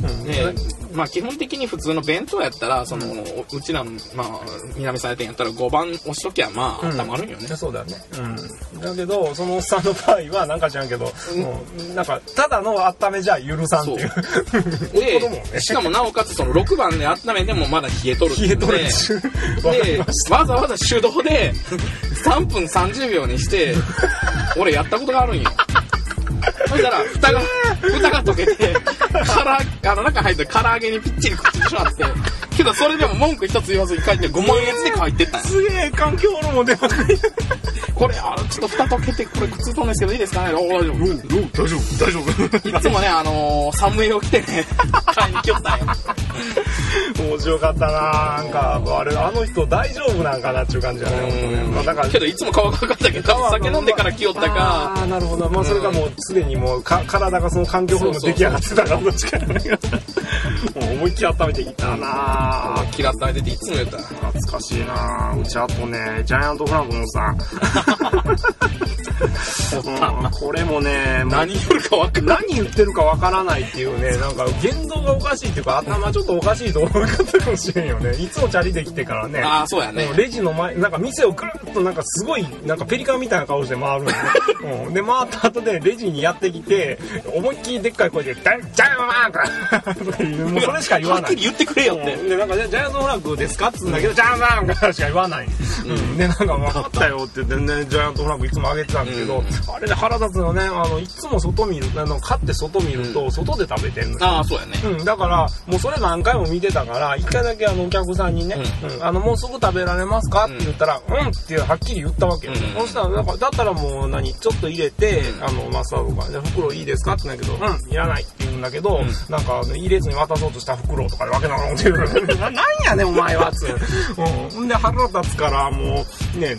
Speaker 1: うん
Speaker 2: で、まあ基本的に普通の弁当やったら、その、うちらの、まあ、南さんやったら5番押しときゃ、まあ、
Speaker 1: うん
Speaker 2: 温まるんよね。
Speaker 1: そうだよね、うん、だけどそのおっさんの場合はなんか知らんけど、うんなんかただの温めじゃ許さんっていう 夫だもんね
Speaker 2: で、しかもなおかつその6番で温めてもまだ冷えとるってい
Speaker 1: 冷え
Speaker 2: うの
Speaker 1: とる
Speaker 2: で
Speaker 1: っちゅうわかり
Speaker 2: で
Speaker 1: まし、
Speaker 2: わざわざ手動で3分30秒にして、俺やったことがあるんよ。そしたら、蓋が、蓋が溶けて、から、あの中入ってる唐揚げにぴっちりくっついてしまって、けどそれでも文句一つ言わずに帰って5万円で帰ってったん
Speaker 1: た
Speaker 2: よ
Speaker 1: すげえ環境ホルモン出まくり
Speaker 2: これ、あの、ちょっと蓋溶けて、これ苦痛なんですけどいいですかねお大丈夫。
Speaker 4: どうどう大丈夫大丈夫
Speaker 2: いつもね、あのー、サムエを着てね、買いに来よったんよ。
Speaker 1: 面白かったななんかあれあの人大丈夫なんかなっていう感じじゃない本当ね、まあ、だから
Speaker 2: けどいつも顔が赤かったけど、酒飲んでから来よったか、
Speaker 1: ああなるほどまあそれがもうすでにもうか体がその環境ホルモン出来上がってたからどっちかやねんけどもう思いっきり温めていったなあ
Speaker 2: 嫌ってあげてていつも言った。
Speaker 4: 懐かしいなうちあとねジャイアントフランクのおっ さんうんこれもねもう
Speaker 2: 何よるか分かんない。
Speaker 4: 何言ってるかわからないって
Speaker 1: って
Speaker 4: い
Speaker 1: いううね、なんか言動がおかしいっていうか、頭ちょっとおかしいと思う方かもしれんよね。いつもチャリできてからね。
Speaker 2: ああ、そうやね。
Speaker 1: レジの前、なんか店をぐるっとなんかすごい、なんかペリカンみたいな顔して回るのね、うん。で、回った後でレジにやってきて、思いっきりでっかい声で、ジャイアントフランクとか言うもうそれしか言
Speaker 2: は
Speaker 1: わ
Speaker 2: っ
Speaker 1: な
Speaker 2: き
Speaker 1: い
Speaker 2: り。言ってくれよっ
Speaker 1: う
Speaker 2: て。
Speaker 1: んで、なんか、ジャイアントフランクですかっつうんだけど、ジャイアントフランクしか言わない。うん。で、なんか、分かったよって言ってね、ジャイアントフランクいつもあげてたんだけど、あれで腹立つのね、あの、いつも外見る、あの、買って外見ると、外で食べてんのよ
Speaker 2: ああ、そうやね。
Speaker 1: うん、だから、もうそれ何回も見てたから、一回だけあのお客さんにね、うんあの、もうすぐ食べられますかって言ったら、うん、ってはっきり言ったわけよ。
Speaker 2: うん
Speaker 1: そしたら、だから、だったらもう何、ちょっと入れて、あの、マスタードが、で、袋いいですかって言うんだけど、うん、いらないって言うんだけど、なんか、あの入れずに渡そうとした袋とかでわけなのって言うから、 な、なんやねんお前は、つう。うん。んで、腹立つから、もう、ね、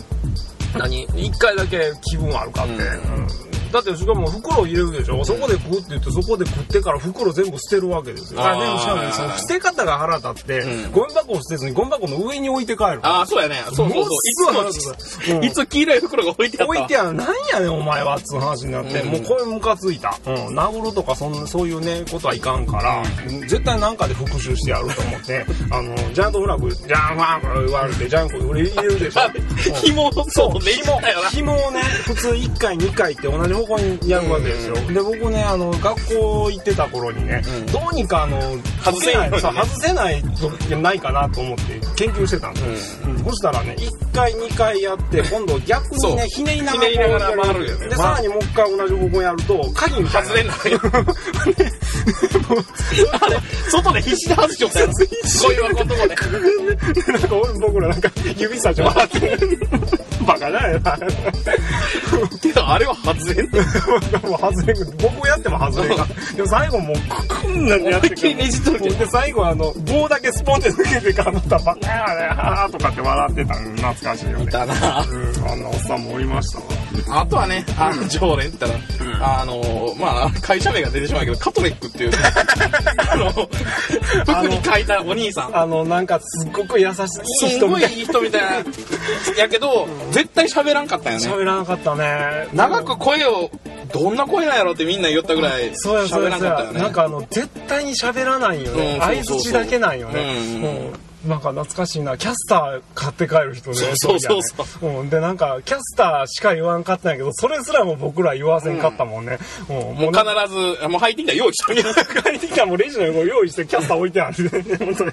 Speaker 1: 何一回だけ気分悪かって、
Speaker 2: うん
Speaker 1: だってしかも袋入れるでしょ、そこで食うって言ってそこで食ってから袋全部捨てるわけですよ
Speaker 2: あー
Speaker 1: 全部しかもその捨て方が腹立って、
Speaker 2: うん
Speaker 1: ゴミ箱を捨てずにゴミ箱の上に置いて帰る
Speaker 2: ああ、そうやね。そうそうそう。いつも、
Speaker 1: うん
Speaker 2: いつも黄色い袋が置いてあったわ。
Speaker 1: 置いてあるなんやねんお前はっつう話になって、
Speaker 2: うん
Speaker 1: もうこれムカついた、うん、殴るとかそんなそういうねことはいかんから、絶対なんかで復讐してやると思ってあのジャイアントフラッグジャンファーグ言われてジャンコ俺入れるでし ょ
Speaker 2: 紐をそう、ねじったよな。
Speaker 1: 紐をね普通1回2回って同じ方向にやるわけですよ、で僕ねあの学校行ってた頃にね、
Speaker 2: うん
Speaker 1: どうにかあの
Speaker 2: 外せ
Speaker 1: な
Speaker 2: ない
Speaker 1: いそう外せないとないかなと思って研究してたんですよ、うんそしたらね1回2回やって今度逆に
Speaker 2: そ
Speaker 1: ね
Speaker 2: う
Speaker 1: ひねりなが
Speaker 2: ひねりな
Speaker 1: ら
Speaker 2: がら
Speaker 1: こうや
Speaker 2: 回るよね
Speaker 1: で
Speaker 2: まあ
Speaker 1: さらにもう一回同じ方向やると鍵みたいな
Speaker 2: 外れない。 あれ、外で必死で外しちゃったよ。す ごいわ、このとこで。
Speaker 1: なんか俺僕らなんか指さして笑って バカだよやな。
Speaker 2: けど、あれは外れんね
Speaker 1: もう外れん僕やっても外れんがでも最後もうククンなんてやって
Speaker 2: 思いっきりねじっとるけど
Speaker 1: で最後あの棒だけスポンって抜けてからまたバカやねはーとかって笑ってたの懐かしいよね
Speaker 2: だな
Speaker 1: うんあんなおっさんもおりましたわ
Speaker 2: あとはね、あの、常連って言ったら、あの、まあ、会社名が出てしまうけど、カトレックっ ていう、あの、服に書いたお兄さん。
Speaker 1: あのなんかすっごく優しいいい
Speaker 2: す
Speaker 1: 人
Speaker 2: ご
Speaker 1: み
Speaker 2: い
Speaker 1: たい
Speaker 2: いい人みたいな。やけど、絶対喋らんかったよね。
Speaker 1: 喋らなかったね
Speaker 2: 長く声を、どんな声なんやろってみんな言ったぐらい、
Speaker 1: そうやそう
Speaker 2: 喋
Speaker 1: や
Speaker 2: らん
Speaker 1: そう
Speaker 2: かった
Speaker 1: や
Speaker 2: よね。
Speaker 1: なんかあの絶対に喋らないよね
Speaker 2: うんそう
Speaker 1: 相
Speaker 2: そうそ
Speaker 1: 槌
Speaker 2: う
Speaker 1: だけなんよ
Speaker 2: うんうん
Speaker 1: ねうんなんか懐かしいなキャスター買って帰る人ね
Speaker 2: そうそうそう
Speaker 1: う、うん、でなんかキャスターしか言わんかったんやけどそれすらも僕ら言わせんかったもんね、うん
Speaker 2: もう
Speaker 1: なんか
Speaker 2: 必ず、もう入ってきたら用意しとけ。
Speaker 1: 帰ってきたらもうレジの横用意してキャスター置いてある ね本当に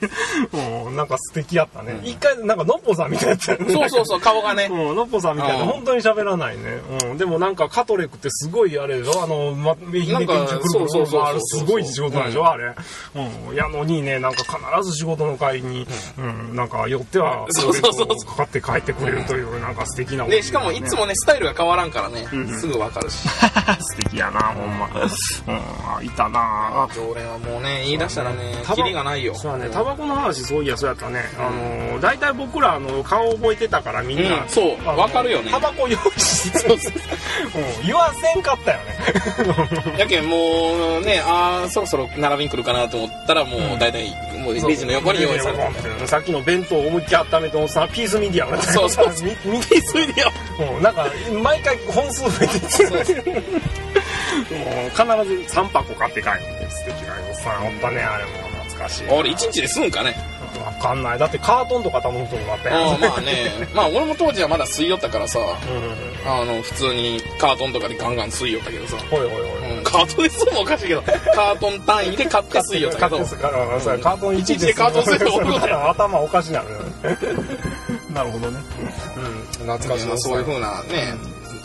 Speaker 1: もうなんか素敵やったね、一回なんかノッポさんみたいやったよね
Speaker 2: そうそうそう、顔がね。
Speaker 1: うん、ノッポさんみたいな、
Speaker 2: うん
Speaker 1: 本当に喋らないね。うん、でもなんかカトレックってすごいあれでしょあの、ま、愛媛県
Speaker 2: なん
Speaker 1: 中
Speaker 2: か
Speaker 1: くるくる
Speaker 2: そうそうそうそう
Speaker 1: 回るすごい仕事なんでしょ、
Speaker 2: う
Speaker 1: あれ。うん。いやのにね、なんか必ず仕事の帰りに、うん、なんか寄っては、
Speaker 2: そうそうそうそう
Speaker 1: かかって帰ってくれるという、なんか素敵な、
Speaker 2: で、しかもいつもね、スタイルが変わらんからね、すぐわかるし。
Speaker 5: 素敵やなほんまうんいたな
Speaker 2: 常連はもうね、言い出したらね
Speaker 1: タ、バ
Speaker 2: キリがないよ。
Speaker 1: そうだね、タバコの話、そういや、そうやったね。あのー、大体僕ら、あの、顔覚えてたからみんな。
Speaker 2: うんそう
Speaker 1: あの
Speaker 2: わかるよね
Speaker 1: タバコ用意してた。うん言わせんかったよね。
Speaker 2: やけんもうねあーそろそろ並びに来るかなと思ったらもう大体もうレジの横に用意されてる
Speaker 1: てさっきの弁当を思いっきり温めておっさんピースミディアム
Speaker 2: そうそう
Speaker 1: みみ
Speaker 2: ピースミディア
Speaker 1: もうなんか毎回本数増えてってるもう必ず3箱買って帰るって素敵なおっさんおったねあれも懐かしい
Speaker 2: ム俺1日で済むかね
Speaker 1: わかんないだってカートンとか頼む人もあった
Speaker 2: あ
Speaker 1: よ
Speaker 2: ーまあね まあ俺も当時はまだ吸い寄ったからさ
Speaker 1: うん
Speaker 2: あの普通にカートンとかでガンガン吸い寄ったけどさ、
Speaker 1: ほいほいほい
Speaker 2: うん、カートンで吸うもおかしいけどカートン単位で買って吸い寄った
Speaker 1: カ
Speaker 2: けど
Speaker 1: ートンから、そうやカートン1
Speaker 2: 一日でカートン制度多いよね
Speaker 1: 頭おかしなるよねなるほどねうん懐かしい
Speaker 2: まあそういう風なね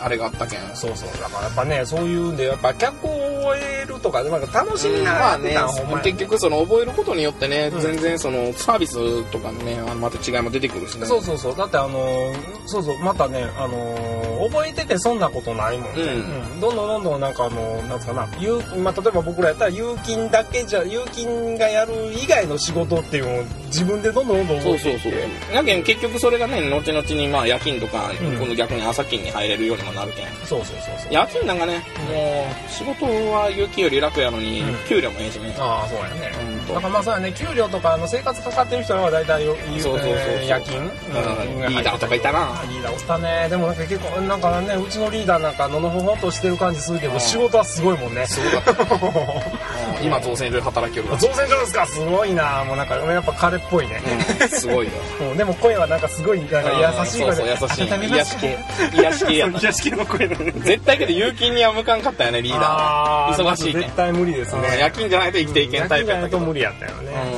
Speaker 2: あれがあったけん
Speaker 1: そうそうだからやっぱねそういうんでやっぱ脚光を覚えるとかなんか楽しみなが
Speaker 2: ま
Speaker 1: ら
Speaker 2: あ
Speaker 1: 見
Speaker 2: ね
Speaker 1: たんほんまや
Speaker 2: 結局その覚えることによってね、全然そのサービスとかのねあのまた違いも出てくるしね
Speaker 1: そうそうそうだってあのーそうそうまたねあのー覚えててそんなことないもんね、
Speaker 2: うん
Speaker 1: うんどんどんどんどんなんかあのーなんつうかな有まあ、例えば僕らやったら有金だけじゃ有金がやる以外の仕事っていうのを自分でどんどんどんどん
Speaker 2: そ
Speaker 1: 覚
Speaker 2: う
Speaker 1: えて
Speaker 2: そ
Speaker 1: いうって
Speaker 2: そう。やけん結局それがね、後々にまあ夜勤とか、
Speaker 1: うん
Speaker 2: 今度逆に朝勤に入れるようにもなるけん。
Speaker 1: そうそうそうそう
Speaker 2: 夜勤なんかね、もう仕事は有給より楽やのに
Speaker 1: うん、
Speaker 2: 給料もええしね。
Speaker 1: ああそうやね
Speaker 2: うんと
Speaker 1: だからまあそうやね給料とかあの生活かかってる人は大体よ言う
Speaker 2: そうそうそうそう
Speaker 1: えー夜勤、
Speaker 2: うん
Speaker 1: が入って
Speaker 2: リーダーとかいたな
Speaker 1: リーダーおったねでもなんか結構なんかねうちのリーダーなんかののほほんとしてる感じするけど、
Speaker 2: うん
Speaker 1: 仕事はすごいもんね
Speaker 2: すごかった。うん今造船所で働きよるか
Speaker 1: 造船所ですかすごいなもうなんかやっぱ彼っぽいね、
Speaker 2: ら。うん、すごいよ。
Speaker 1: うんでも声はなんかすごいなんか優しい
Speaker 2: うん
Speaker 1: 声
Speaker 2: そうそう、優し
Speaker 1: 温
Speaker 2: い。
Speaker 1: め
Speaker 2: 癒
Speaker 1: ま
Speaker 2: し
Speaker 1: す
Speaker 2: 系。癒し系やっ
Speaker 1: そう
Speaker 2: た。
Speaker 1: 癒し系の声だね
Speaker 2: 絶対けど、有勤には向かんかったよね、リーダ
Speaker 1: あ
Speaker 2: ーは。忙しいけん。う
Speaker 1: 絶対無理です
Speaker 2: ん
Speaker 1: ね
Speaker 2: 夜勤じゃないと生きていけんタイプやっ
Speaker 1: 夜勤がな
Speaker 2: たけ
Speaker 1: いと
Speaker 2: ど。
Speaker 1: 無理やったよね、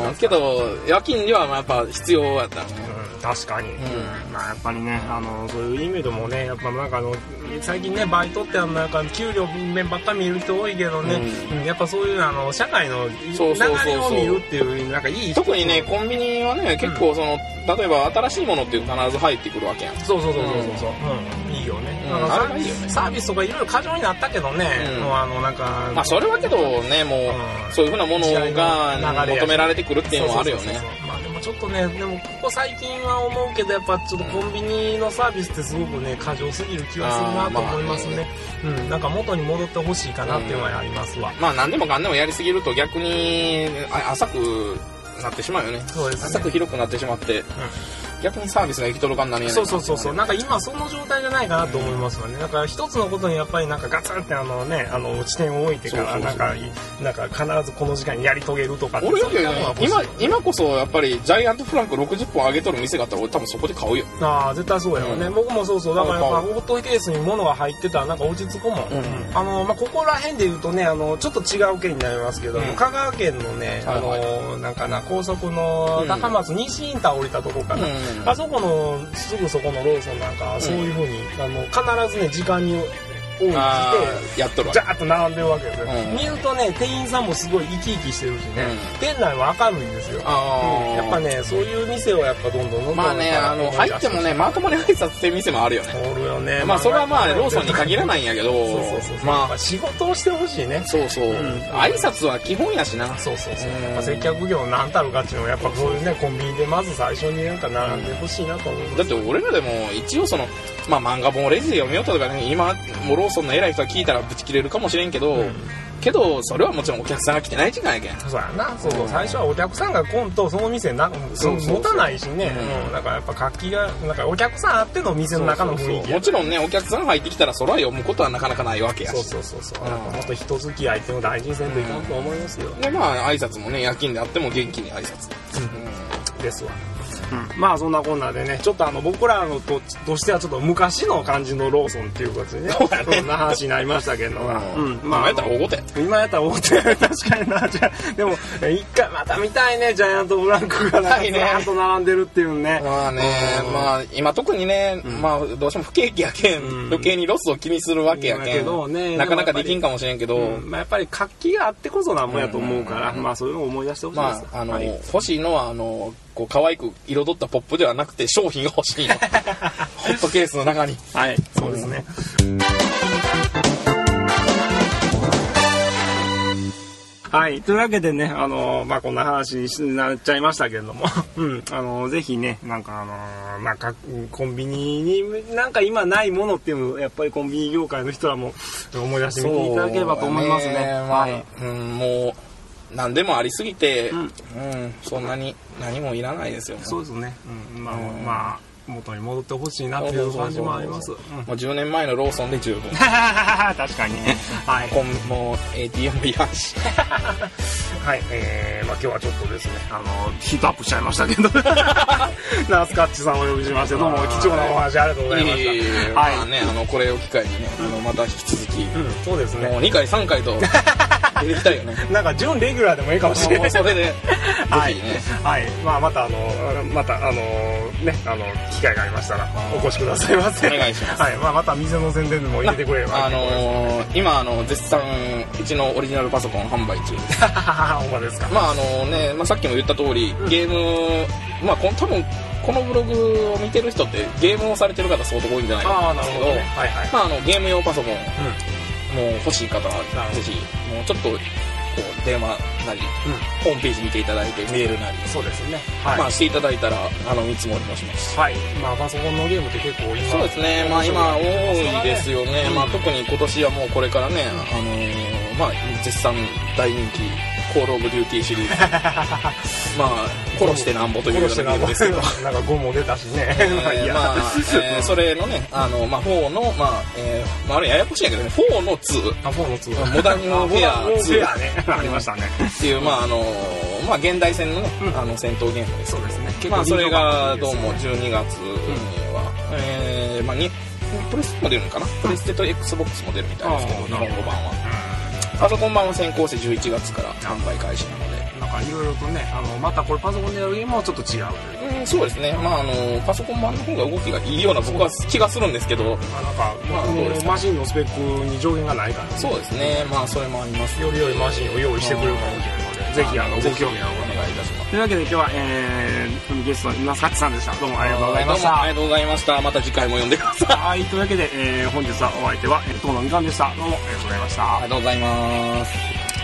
Speaker 2: うん、けど、夜勤にはまあやっぱ必要やった。
Speaker 1: うん確かに、
Speaker 2: う
Speaker 5: まあやっぱりね
Speaker 1: あのそういう意味でもねやっぱなんかあの最近ねバイトってあのなんか給料面ばっか見る人多いけどね、うんやっぱそういうあの社会の流
Speaker 2: そうそうそう
Speaker 1: れを見るっていうなんかいい
Speaker 2: 特にねコンビニはね結構その、例えば新しいものっていうの必ず入ってくるわけやん
Speaker 1: そうそうそうそうそうそう、うんいいよね,
Speaker 2: うん
Speaker 1: なんか
Speaker 2: あ
Speaker 1: サ
Speaker 2: れが
Speaker 1: ービ
Speaker 2: いい
Speaker 1: ス、
Speaker 2: よね
Speaker 1: サービスとかいろいろ過剰になったけどね、
Speaker 2: うん
Speaker 1: もうあのなんか、
Speaker 2: まあそれはけどねもう、
Speaker 1: うん
Speaker 2: そういうふうなもの
Speaker 1: 時代
Speaker 2: が
Speaker 1: の流れやし
Speaker 2: 求められてくるっていうのはあるよ
Speaker 1: そうそう
Speaker 2: ね
Speaker 1: そうそうまあでもちょっとねでもここ最近は思うけどやっぱちょっとコンビニのサービスってすごくね過剰すぎる気がするなと思いますね,、うんなんか元に戻ってほしいかなっていうのはありますわ、
Speaker 2: まあ何でもかんでもやりすぎると逆にあ浅くなってしまうよね
Speaker 1: そうですね
Speaker 2: 浅く広くなってしまって、逆にサービスが行き届かんなりやねん
Speaker 1: そうそうそうそうなんか今その状態じゃないかなと思いますよね、なんか一つのことにやっぱりなんかガツンってあのねあの地点を置いてから
Speaker 2: そうそう
Speaker 1: なん
Speaker 2: そう
Speaker 1: かいなんか必ずこの時間にやり遂げるとかって
Speaker 2: 俺よ
Speaker 1: そ
Speaker 2: り
Speaker 1: んな
Speaker 2: ね
Speaker 1: ものは欲しい
Speaker 2: 今今こそやっぱりジャイアントフランク60本あげとる店があったら俺多分そこで買うよ
Speaker 1: ああ絶対そうやわね、
Speaker 2: うん
Speaker 1: 僕もそうそうだからやっ
Speaker 2: あ
Speaker 1: ぱ
Speaker 2: あ
Speaker 1: ホットケースに物が入ってたらなんか落ち着くもん、
Speaker 2: ん
Speaker 1: あの、まあ、ここら辺で言うとねあのちょっと違う県になりますけど、
Speaker 2: うん
Speaker 1: 香川県のね、
Speaker 2: はいはい
Speaker 1: あのなんかな高速の高松、西インター降りたとこかな、
Speaker 2: うん
Speaker 1: あそこのすぐそこのローソンなんかはそういうふうに、あの必ずね時間にを着て
Speaker 2: あーやっとるわ
Speaker 1: ジャーッと並んでるわけですよ、
Speaker 2: うん
Speaker 1: 見るとね店員さんもすごい生き生きしてるしね、
Speaker 2: うん
Speaker 1: 店内は明るいんですよ、
Speaker 2: あー
Speaker 1: やっぱねそういう店をやっぱどんどんどんどん
Speaker 2: まあねあの入ってもねまともに挨拶ってる店もあるよね
Speaker 1: おるよね
Speaker 2: まあそれはまあローソンに限らないんやけ
Speaker 1: そ
Speaker 2: ど
Speaker 1: うそうそうそうやっ
Speaker 2: ま
Speaker 1: ぱ仕事をしてほしいね
Speaker 2: あそうそう
Speaker 1: うん
Speaker 2: 挨拶は基本やしな
Speaker 1: そうそうそう
Speaker 2: うん
Speaker 1: やっぱ接客業なんたるかっていうのはやっぱこういうねコンビニでまず最初になんか並んでほしいなと思う、
Speaker 2: だって俺らでも一応その、まあ、漫画本をレジで読みよったとかね今もうローソンの偉い人は聞いたらブチ切れるかもしれんけど、
Speaker 1: うん
Speaker 2: けどそれはもちろんお客さんが来てない時間やけん
Speaker 1: そうやなそうそう最初はお客さんが来んとその店な
Speaker 2: そうそうそう
Speaker 1: 持たないしね
Speaker 2: うん
Speaker 1: うんだからやっぱ活気がなんかお客さんあっての店の中の雰囲気
Speaker 2: も
Speaker 1: や
Speaker 2: ちろんねお客さん入ってきたらそれは読むことはなかなかないわけやし
Speaker 1: そうそうそうそう
Speaker 2: うん
Speaker 1: なんかもっと人付き合いっていうのを大事にせんといかんと思いますよ
Speaker 2: でまあ挨拶もね夜勤であっても元気に挨拶、
Speaker 1: ですわまあそんなこんなでねちょっとあの僕らのととしてはちょっと昔の感じのローソンっていうことでね
Speaker 2: そうだね
Speaker 1: んな話になりましたけど
Speaker 2: う
Speaker 1: うん
Speaker 2: んまあ
Speaker 1: ま
Speaker 2: や
Speaker 1: あ
Speaker 2: ったら大ごて
Speaker 1: 今やったら思ってない確かになじゃあでも一回また見たいねジャイアントブランクがなんかず
Speaker 2: 見たいね
Speaker 1: らっと並んでるっていうね
Speaker 2: まあね
Speaker 1: うん
Speaker 2: まあ今特にね、まあどうしても不景気やけん、
Speaker 1: うん
Speaker 2: 余計にロスを気にするわけや
Speaker 1: だ
Speaker 2: け
Speaker 1: け
Speaker 2: ん
Speaker 1: どね
Speaker 2: なかなかできんかもしれんけど、
Speaker 1: うんまあ、やっぱり活気があってこそなんもやと思うから、まあそういうのを思い出してほしいで、
Speaker 2: ますあ、あの、
Speaker 1: はい
Speaker 2: 欲しいのは、あの、こう、可愛く彩ったポップではなくて、商品が欲し いの。ホットケースの中に。
Speaker 1: はい、そうですね。はい。というわけでね、あのーまあ、こんな話になっちゃいましたけれども、 うん。あのーぜひね、なんかあのーまあ、かコンビニに、なんか今ないものっていうのを、やっぱりコンビニ業界の人はもう思い出してみていただければと思いますね。
Speaker 2: そうまあ、
Speaker 1: はい。
Speaker 2: うん、もう、何でもありすぎて、うんん、そんなに何もいらないですよ。
Speaker 1: そうですね。うん。まあ、まあ、元に戻ってほしいなっていう感じもあります。
Speaker 2: そううんそうそうもう10年前のローソンで十分。
Speaker 1: 確かに。はい。
Speaker 2: こんもう ATM もいらん し。
Speaker 1: はい、えー、まあ今日はちょっとですね、あの、ヒートアップしちゃいま したけど、ナースカッチさんをお呼びしまして、どうも貴重なお話ありがとうございま
Speaker 2: いえいえいえ
Speaker 1: した。
Speaker 2: まあ
Speaker 1: はい。
Speaker 2: ね、あの、これを機会にね、あの、また引き続き、
Speaker 1: うん、そうです
Speaker 2: もう
Speaker 1: ね。
Speaker 2: 2回3回と、出てきたいよ ね。
Speaker 1: なんか準レギュラーでもいいかもしれ
Speaker 2: も
Speaker 1: な
Speaker 2: う
Speaker 1: い。
Speaker 2: それで、ぜ
Speaker 1: はい
Speaker 2: ひね。。
Speaker 1: はい。まあまたあの、またあの、ね、あの、機会がありましたら、お越しくださいませ。
Speaker 2: お願いします
Speaker 1: はい。まあまた店の宣伝でも入れてくれれば。
Speaker 2: あのー、今あの絶賛うちのオリジナルパソコン販売中 です
Speaker 1: ほんまですか。
Speaker 2: まああのね、まあ、さっきも言った通りゲームまあこの多分このブログを見てる人ってゲームをされてる方相当多いんじゃない
Speaker 1: あ
Speaker 2: か
Speaker 1: あ、
Speaker 2: な
Speaker 1: な
Speaker 2: と
Speaker 1: る
Speaker 2: 思
Speaker 1: ほど
Speaker 2: うんで
Speaker 1: ね。
Speaker 2: すけ
Speaker 1: はいはい
Speaker 2: ど。まああのゲーム用パソコン
Speaker 1: うん。
Speaker 2: もう欲しい方はぜひもうちょっとこう電話なり、ホームページ見ていただいてメールなり、
Speaker 1: そうですね。はい。
Speaker 2: まあしていただいたらあの見積もりもしますし
Speaker 1: はい。まあパソコンのゲームって結構今。
Speaker 2: そうですね、まあ今多いですよね、まあ特に今年はもうこれからね、あのーまあ絶賛大人気、コールオブデューティーシリーズ。 まあ、殺してなんぼというようなゲームです けど。
Speaker 1: なんか5も出たしね。 まあいい
Speaker 2: えー
Speaker 1: や
Speaker 2: まあ、えーそれのね、あの、まあ、4の、まあ、えーまあ、あれややこしいんやけどね、4の2
Speaker 1: あ、フォーの2。
Speaker 2: モダン
Speaker 1: あ
Speaker 2: フェア
Speaker 1: モダンフェア
Speaker 2: 2
Speaker 1: ね。ありましたね。
Speaker 2: っていう、まあ、あのーまあ、現代戦のね、あの、戦闘ゲームです
Speaker 1: そうですね。
Speaker 2: まあそれがどうも12月には、えーまあにプレステも出るのかなプレステと XBOX も出るみたいですけど
Speaker 1: あー
Speaker 2: 日本語版はパソコン版は先行して11月から販売開始なので
Speaker 1: うんなんかいろいろとね、あの、またこれパソコンでやるよりもちょっと違うという。
Speaker 2: うんそうですねまああのパソコン版の方が動きがいいような僕は気がするんですけど
Speaker 1: まあなんか、まあ、
Speaker 2: まあそうですね
Speaker 1: マシンのスペックに上限がないからね。
Speaker 2: そうですねまあそれもあります
Speaker 1: より良いマシンを用意してくれるかもしれないので、ぜひ、あの、ご興味の
Speaker 2: お
Speaker 1: ほ
Speaker 2: 願いいたします
Speaker 1: というわけで今日は、えー、ゲストの今勝さんでした。どうもあ
Speaker 2: あ
Speaker 1: りがとうございまし
Speaker 2: あり
Speaker 1: た。
Speaker 2: がとうございましたまた次回も読んでください
Speaker 1: はい、というわけで、えー、本日はお相手は、えー、東野みかんでした。どうもありがとうございました
Speaker 2: あ。りがとうございます